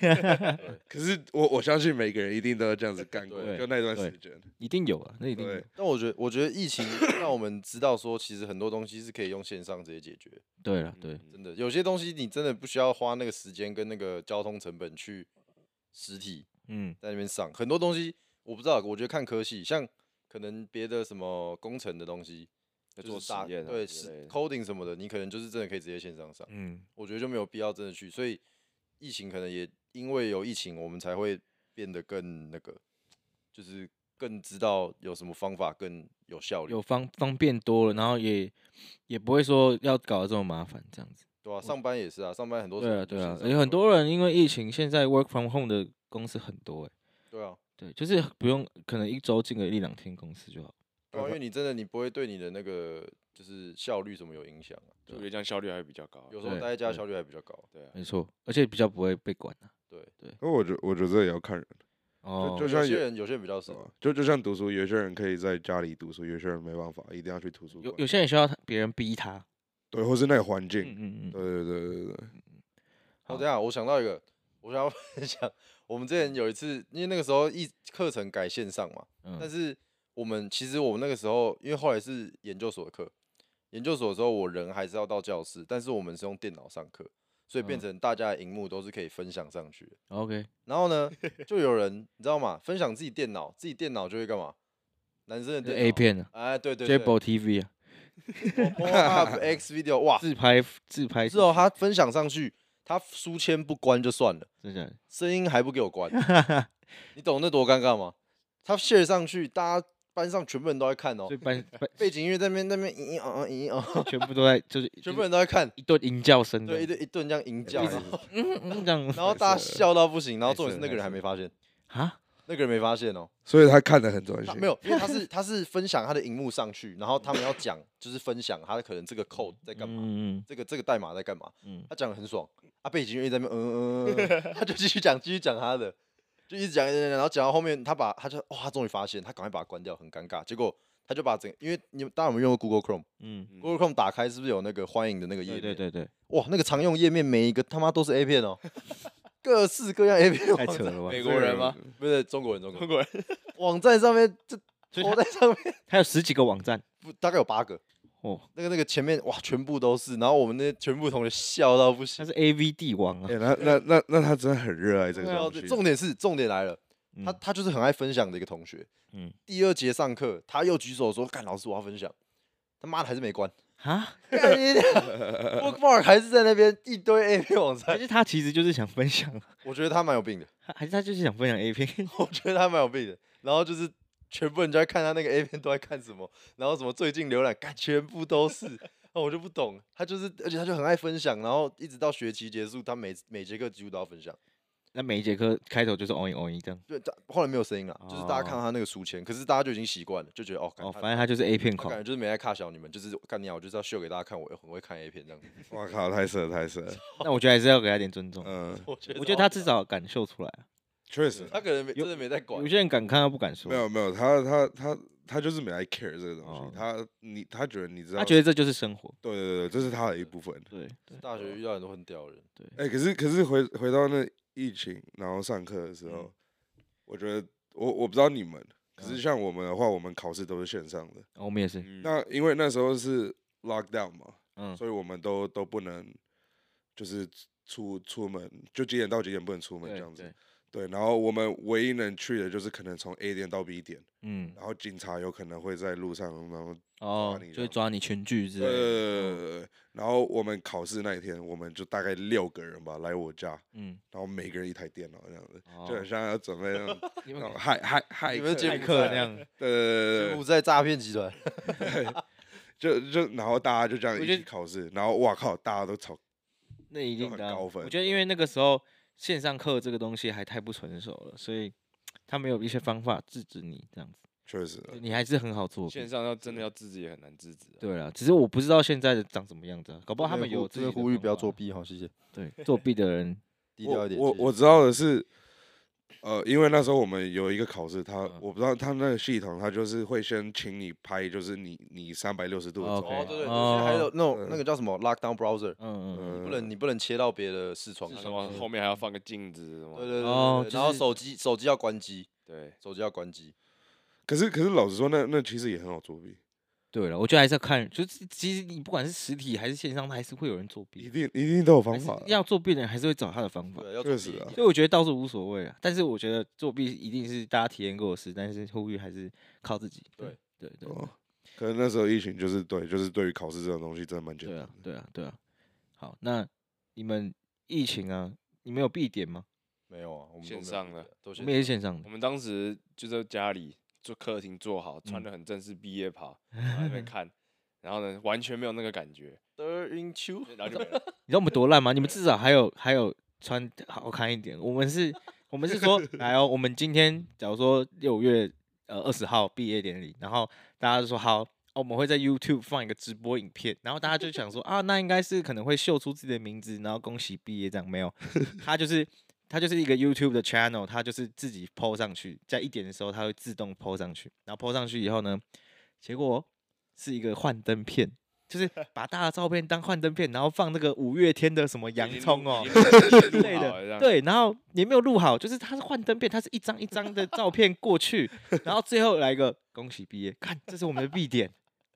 可是我我相信每个人一定都要这样子干过，对就那段对时间。一定有啊，那一定有对。但我觉得我觉得疫情让我们知道说，其实很多东西是可以用线上直接解决。对了，对，嗯真的，有些东西你真的不需要花那个时间跟那个交通成本去实体嗯在那边上。很多东西我不知道，我觉得看科系，像可能别的什么工程的东西，在就是做实大验啊对之是类的 coding 什么的，你可能就是真的可以直接线上上。嗯，我觉得就没有必要真的去，所以疫情可能也因为有疫情，我们才会变得更那个，就是更知道有什么方法更有效率，有方方便多了，然后也也不会说要搞得这么麻烦这样子。对啊，上班也是啊，上班很多时对候啊，就对线啊，上而且很课多人因为疫情，现在 work from home 的公司很多哎、对啊，对，就是不用，可能一周进个一两天公司就好。对啊，因为你真的你不会对你的那个就是效率什么有影响啊，我觉得这样效率还会比较高啊。有时候对待在家对效率还比较高，对啊，没错，而且比较不会被管啊。可我觉我觉得这也要看人，哦，就有像些有人有些人比较对少，吧就就像读书，有些人可以在家里读书，有些人没办法，一定要去图书有馆。有些人需要他别人逼他。对，或是那个环境。嗯嗯嗯，对对对对对对。好哦，等一下我想到一个，我想要 <laughs> 分享，我们之前有一次，因为那个时候一课程改线上嘛，嗯但是我们其实我们那个时候，因为后来是研究所的课，研究所的时候我人还是要到教室，但是我们是用电脑上课，所以变嗯成大家的荧幕都是可以分享上去的。 OK，然后呢，就有人你知道吗？分享自己电脑，自己电脑就会干嘛？男生的这电 A 脑，片啊哎，对对对 j a b o TV 啊， ，Up X Video，哇， <laughs> 自拍自拍是哦，，他分享上去，他书签不关就算了。真的假的声音还不给 <laughs> 我关， <laughs> 你懂那多尴尬吗？他 share 上去，大家班上全部人都在看哦所以，班班背景音乐在那边那边咦咦哦 <laughs> 咦哦，全部都在就是 <laughs> 全就部是人都在看，一顿淫叫声这对，样，一顿一顿这样吟叫，一然直后嗯嗯这样 <laughs> 然后大家笑到不行，然后重点是太那个人色还没发现，啊，那个人没发现哦，所以他看得很专他心。没有，因为他是 <laughs> 他是分享他的荧幕上去，然后他们要讲就是分享他可能这个 code 在干嘛，嗯这个这个代码在干嘛，嗯他讲的很爽，啊，背景音乐在那边嗯嗯嗯嗯，嗯他就继续讲，继续讲他的，就一直讲，一直讲然后讲到后面，他把他就哇、他终于发现，他赶快把它关掉，很尴尬。结果他就把整，因为你们大家有没有用过 Google Chrome？Google 嗯嗯，嗯 Chrome 打开是不是有那个欢迎的那个页对面？对对对，哇，那个常用页面每一个他妈都是 A 片哦，各式各样 A 片 <laughs> 太网扯站，了吧？美国人吗？不是中国人，中国中人国人网站上面这所以拖在上面，他有十几个网站不大概有八个。哦，那个那个前面哇，全部都是，然后我们那些全部同学笑到不行 <laughs> 他。是 AV 帝王啊哎、，那那那那他真的很热爱这个对啊东对西。重点是重点来了，他嗯他就是很爱分享的一个同学。嗯嗯，第二节上课他又举手说：“干老师，我要分享。”他妈的还是没关啊，干你娘 <laughs> ，bookmark 还是在那边一堆 A 片网 <laughs> 还站。是他其实就是想分享啊， <laughs> 我觉得他蛮有病的，还还是他就是想分享 A 片，我觉得他蛮有病的。然后就是全部人就在看他那个 A 片都在看什么，然后什么最近浏览，干全部都是，那我就不懂，他就是，而且他就很爱分享，然后一直到学期结束，他每每节课几乎都要分享。那每一节课开头就是 on 一 on 一这样，对，他后来没有声音了，就是大家看到他那个书签，可是大家就已经习惯了，就觉得哦，干哦，他反正他就是 A 片他感狂觉，就是没在卡小你们，就是干你啊，我就是要秀给大家看，我很会看 A 片这样子。我靠，太色了太色了，那我觉得还是要给他点尊 <laughs> 重。嗯，我觉得，哦我觉得他至少敢秀出来啊，确实，他可能没有真的没在管有，些人敢看他不敢说没，有没有，他他他他就是没来 care 这个东哦西，他你他觉得你知道，嗯他觉得这就是生活。对对对，这是他的一部分。对，对大学遇到很多很屌的人，哎、可是可是回回到那疫情，然后上课的嗯时候，我觉得我我不知道你们，可嗯是像我们的话，我们考试都是线上的。哦我们也是，嗯那因为那时候是 lockdown 嘛，嗯，所以我们都都不能就是出出门，就几点到几点不能出门这对样子对。对，然后我们唯一能去的就是可能从 A 点到 B 点，嗯，然后警察有可能会在路上，然后哦抓你，这就会样抓你群聚之类的，嗯呃，然后我们考试那一天，我们就大概六个人吧来我家，嗯，然后每个人一台电脑这样子，就哦很像要准 <laughs> 备那种你那们 <laughs> 种骇骇骇你们客骇是柬的埔客寨那样，对对对柬对埔寨诈骗集团，对，就就然后大家就这样我一觉起考试，然后哇靠，大家都吵，那一就定很的啊。高分我觉得因为那个时候线上课这个东西还太不成熟了，所以他没有一些方法制止你这样子，确实就你还是很好做。线上要真的要制止也很难制止、啊。对了，只是我不知道现在的长什么样子啊，搞不好他们有自这己边的啊呼吁方不要法作弊，好谢谢，对 <laughs> 作弊的人，低调一点。我谢谢我知道的是，呃，因为那时候我们有一个考试，他嗯我不知道他那个系统，他就是会先请你拍，就是你你三百六十度的哦照，OK 哦片，对对，哦有些还有那种嗯那个叫什么 lockdown browser，嗯嗯，嗯不能你不能切到别的视窗那看。什么后面还要放个镜子什对么？对对哦对，就然后是手机手机要关机，对，手机要关机。可是可是老实说，那那其实也很好作弊，对了，我觉得还是要看，就是其实你不管是实体还是线上，还是会有人作弊，一定一定都有还方是法的，要作弊的人还是会找他的方法。对，要确作实弊一啊点。所以我觉得倒是无所谓啊，但是我觉得作弊一定是大家体验过的事，但是呼吁还是靠自己。对对对哦，可能那时候疫情就是对，就是对于考试这种东西真的蛮简对单啊的。，对啊，对啊。好，那你们疫情啊，你们有必点吗？没有啊，我们线都没有上避的的，都我线们也是线上我的，们当时就在家里做客厅坐好，穿嗯的很正式毕 <laughs> 业袍，然后在那边看，然后呢完全没有那个感觉，上。in 秋，然后就没了。你知道我们多烂吗？你们至少还有还有穿好看一点。我们是， <laughs> 我们是说，来哦，我们今天假如说六月呃二十号毕业典礼，然后大家就说好。哦我们会在 YouTube 放一个直播影片，然后大家就想说啊，那应该是可能会秀出自己的名字，然后恭喜毕业这样没有？他就是他就是一个 YouTube 的 channel，他就是自己 PO 上去，在一点的时候他会自动 PO 上去，然后 PO 上去以后呢，结果是一个幻灯片，就是把大家的照片当幻灯片，然后放那个五月天的什么洋已经葱录哦已经录之已经录类好了这的，样对，然后也没有录好，就是它是幻灯片，它是一张一张的照片过去，然后最后来一个恭喜毕业，看这是我们的必点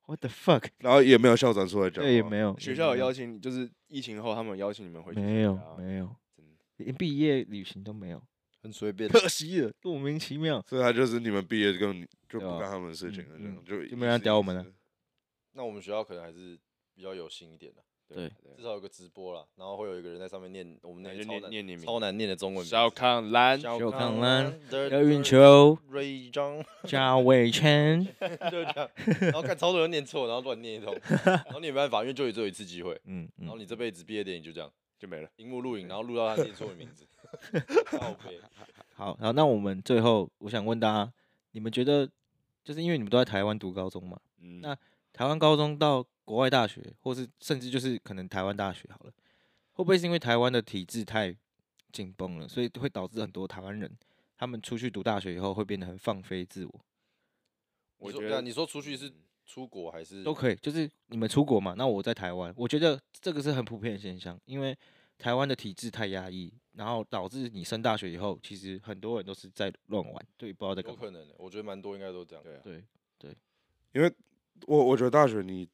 ，What the fuck？然后也没有校长出来讲话，对，也没有哦学校有也邀请，就是疫情后他们有邀请你们回去参加啊。没有没有真的，连毕业旅行都没有， <laughs> 很随便。可惜了，莫名其妙。所以他就是你们毕业根本就对不啊干他们的事情嗯了，嗯这样就就一没人次屌一我们了次。那我们学校可能还是比较有心一点的，对至少有个直播啦，然后会有一个人在上面念我们那那些就超念难念你名超难念的中文名字。小康兰，小康兰兰、德要运、球，德瑞章，贾伟谦，就这样。 <laughs> 然后看超多人念错，然后乱念一通， <laughs> 然后你没办法，因为就只有一次机会，嗯然后嗯，你这辈子毕业典礼就这样，就没了。荧幕录影，然后录到他念错的名字，靠北好，然后那我们最后我想问大家，你们觉得就是因为你们都在台湾读高中嘛？嗯，那台湾高中到国外大学，或是甚至就是可能台湾大学好了，会不会是因为台湾的体制太紧绷了，所以会导致很多台湾人他们出去读大学以后会变得很放飞自我？我你说觉对啊得你说出去是出国还是都可以，就是你们出国嘛，那我在台湾，我觉得这个是很普遍的现象，因为台湾的体制太压抑，然后导致你升大学以后，其实很多人都是在乱玩，对，不知道在干有嘛。可能欸的，我觉得蛮多应该都这样。对啊对，因为我我觉得大学你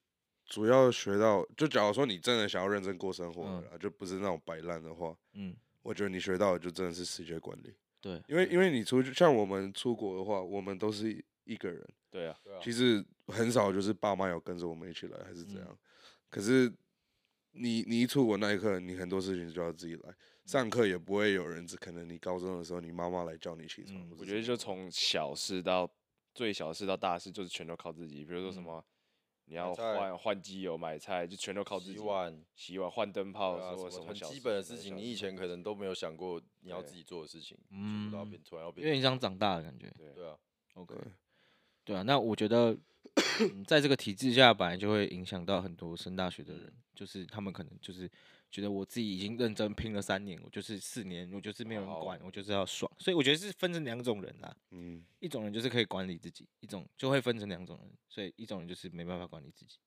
主要学到，就假如说你真的想要认真过生活嗯了啦，就不是那种摆烂的话，嗯，我觉得你学到的就真的是时间管理。对，因为因为你出去，像我们出国的话，我们都是一个人，对啊，对啊其实很少就是爸妈有跟着我们一起来还是怎嗯样。可是你你一出国那一刻，你很多事情就要自己来，上课也不会有人，只可能你高中的时候你妈妈来叫你起床嗯。或我是觉得怎就么从小事到最小事到大事就是全都靠自己，比如说什么。你要嗯菜换换机油、买菜，就全都靠自洗己。碗，洗碗、换灯泡，对啊，说什什么么很小基本的什么事情，小你以前可能都没有想过你要自对己做的事情，全部嗯都要变，突然要因变，为你想长大的感觉。对对啊， OK，对啊，那我觉得，嗯在这个体制下，本来就会影响到很多升大学的人，就是他们可能就是觉得我自己已经认真拼了三年，我就是四年，我就是没有人好管，我就是要爽。所以我觉得是分成两种人啦，嗯，一种人就是可以管理自己，一种就会分成两种人，所以一种人就是没办法管理自己。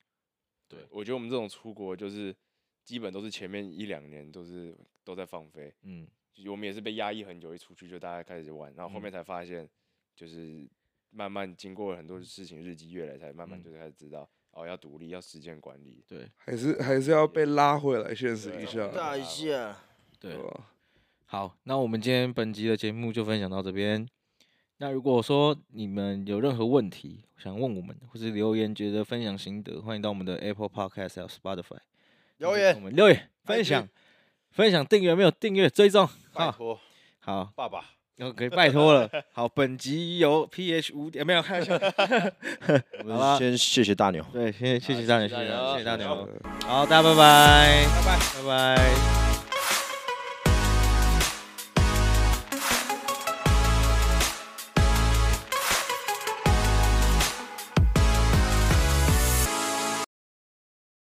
对，我觉得我们这种出国就是基本都是前面一两年都是都在放飞，嗯，就我们也是被压抑很久，一出去就大家开始玩，然后后面才发现就是慢慢经过很多事情日积月累，才慢慢嗯就开始知道、哦要独立，要实践管理。对还是还是要被拉回来现实对一啊下，大一下，对对，吧？好，那我们今天本集的节目就分享到这边。那如果说你们有任何问题想问我们，或是留言觉得分享心得，欢迎到我们的 Apple Podcast 还有 Spotify 留我言，们留言分享、分享、订阅没有订阅追踪，拜好托好爸爸， ，OK，拜托了。好，本集由 PH 五点没有开玩笑， <laughs> 我好啦们先谢谢大牛。对，谢谢谢好谢大牛，谢谢谢谢大大牛牛，谢谢大呃牛，好，大家拜拜，拜拜，拜拜。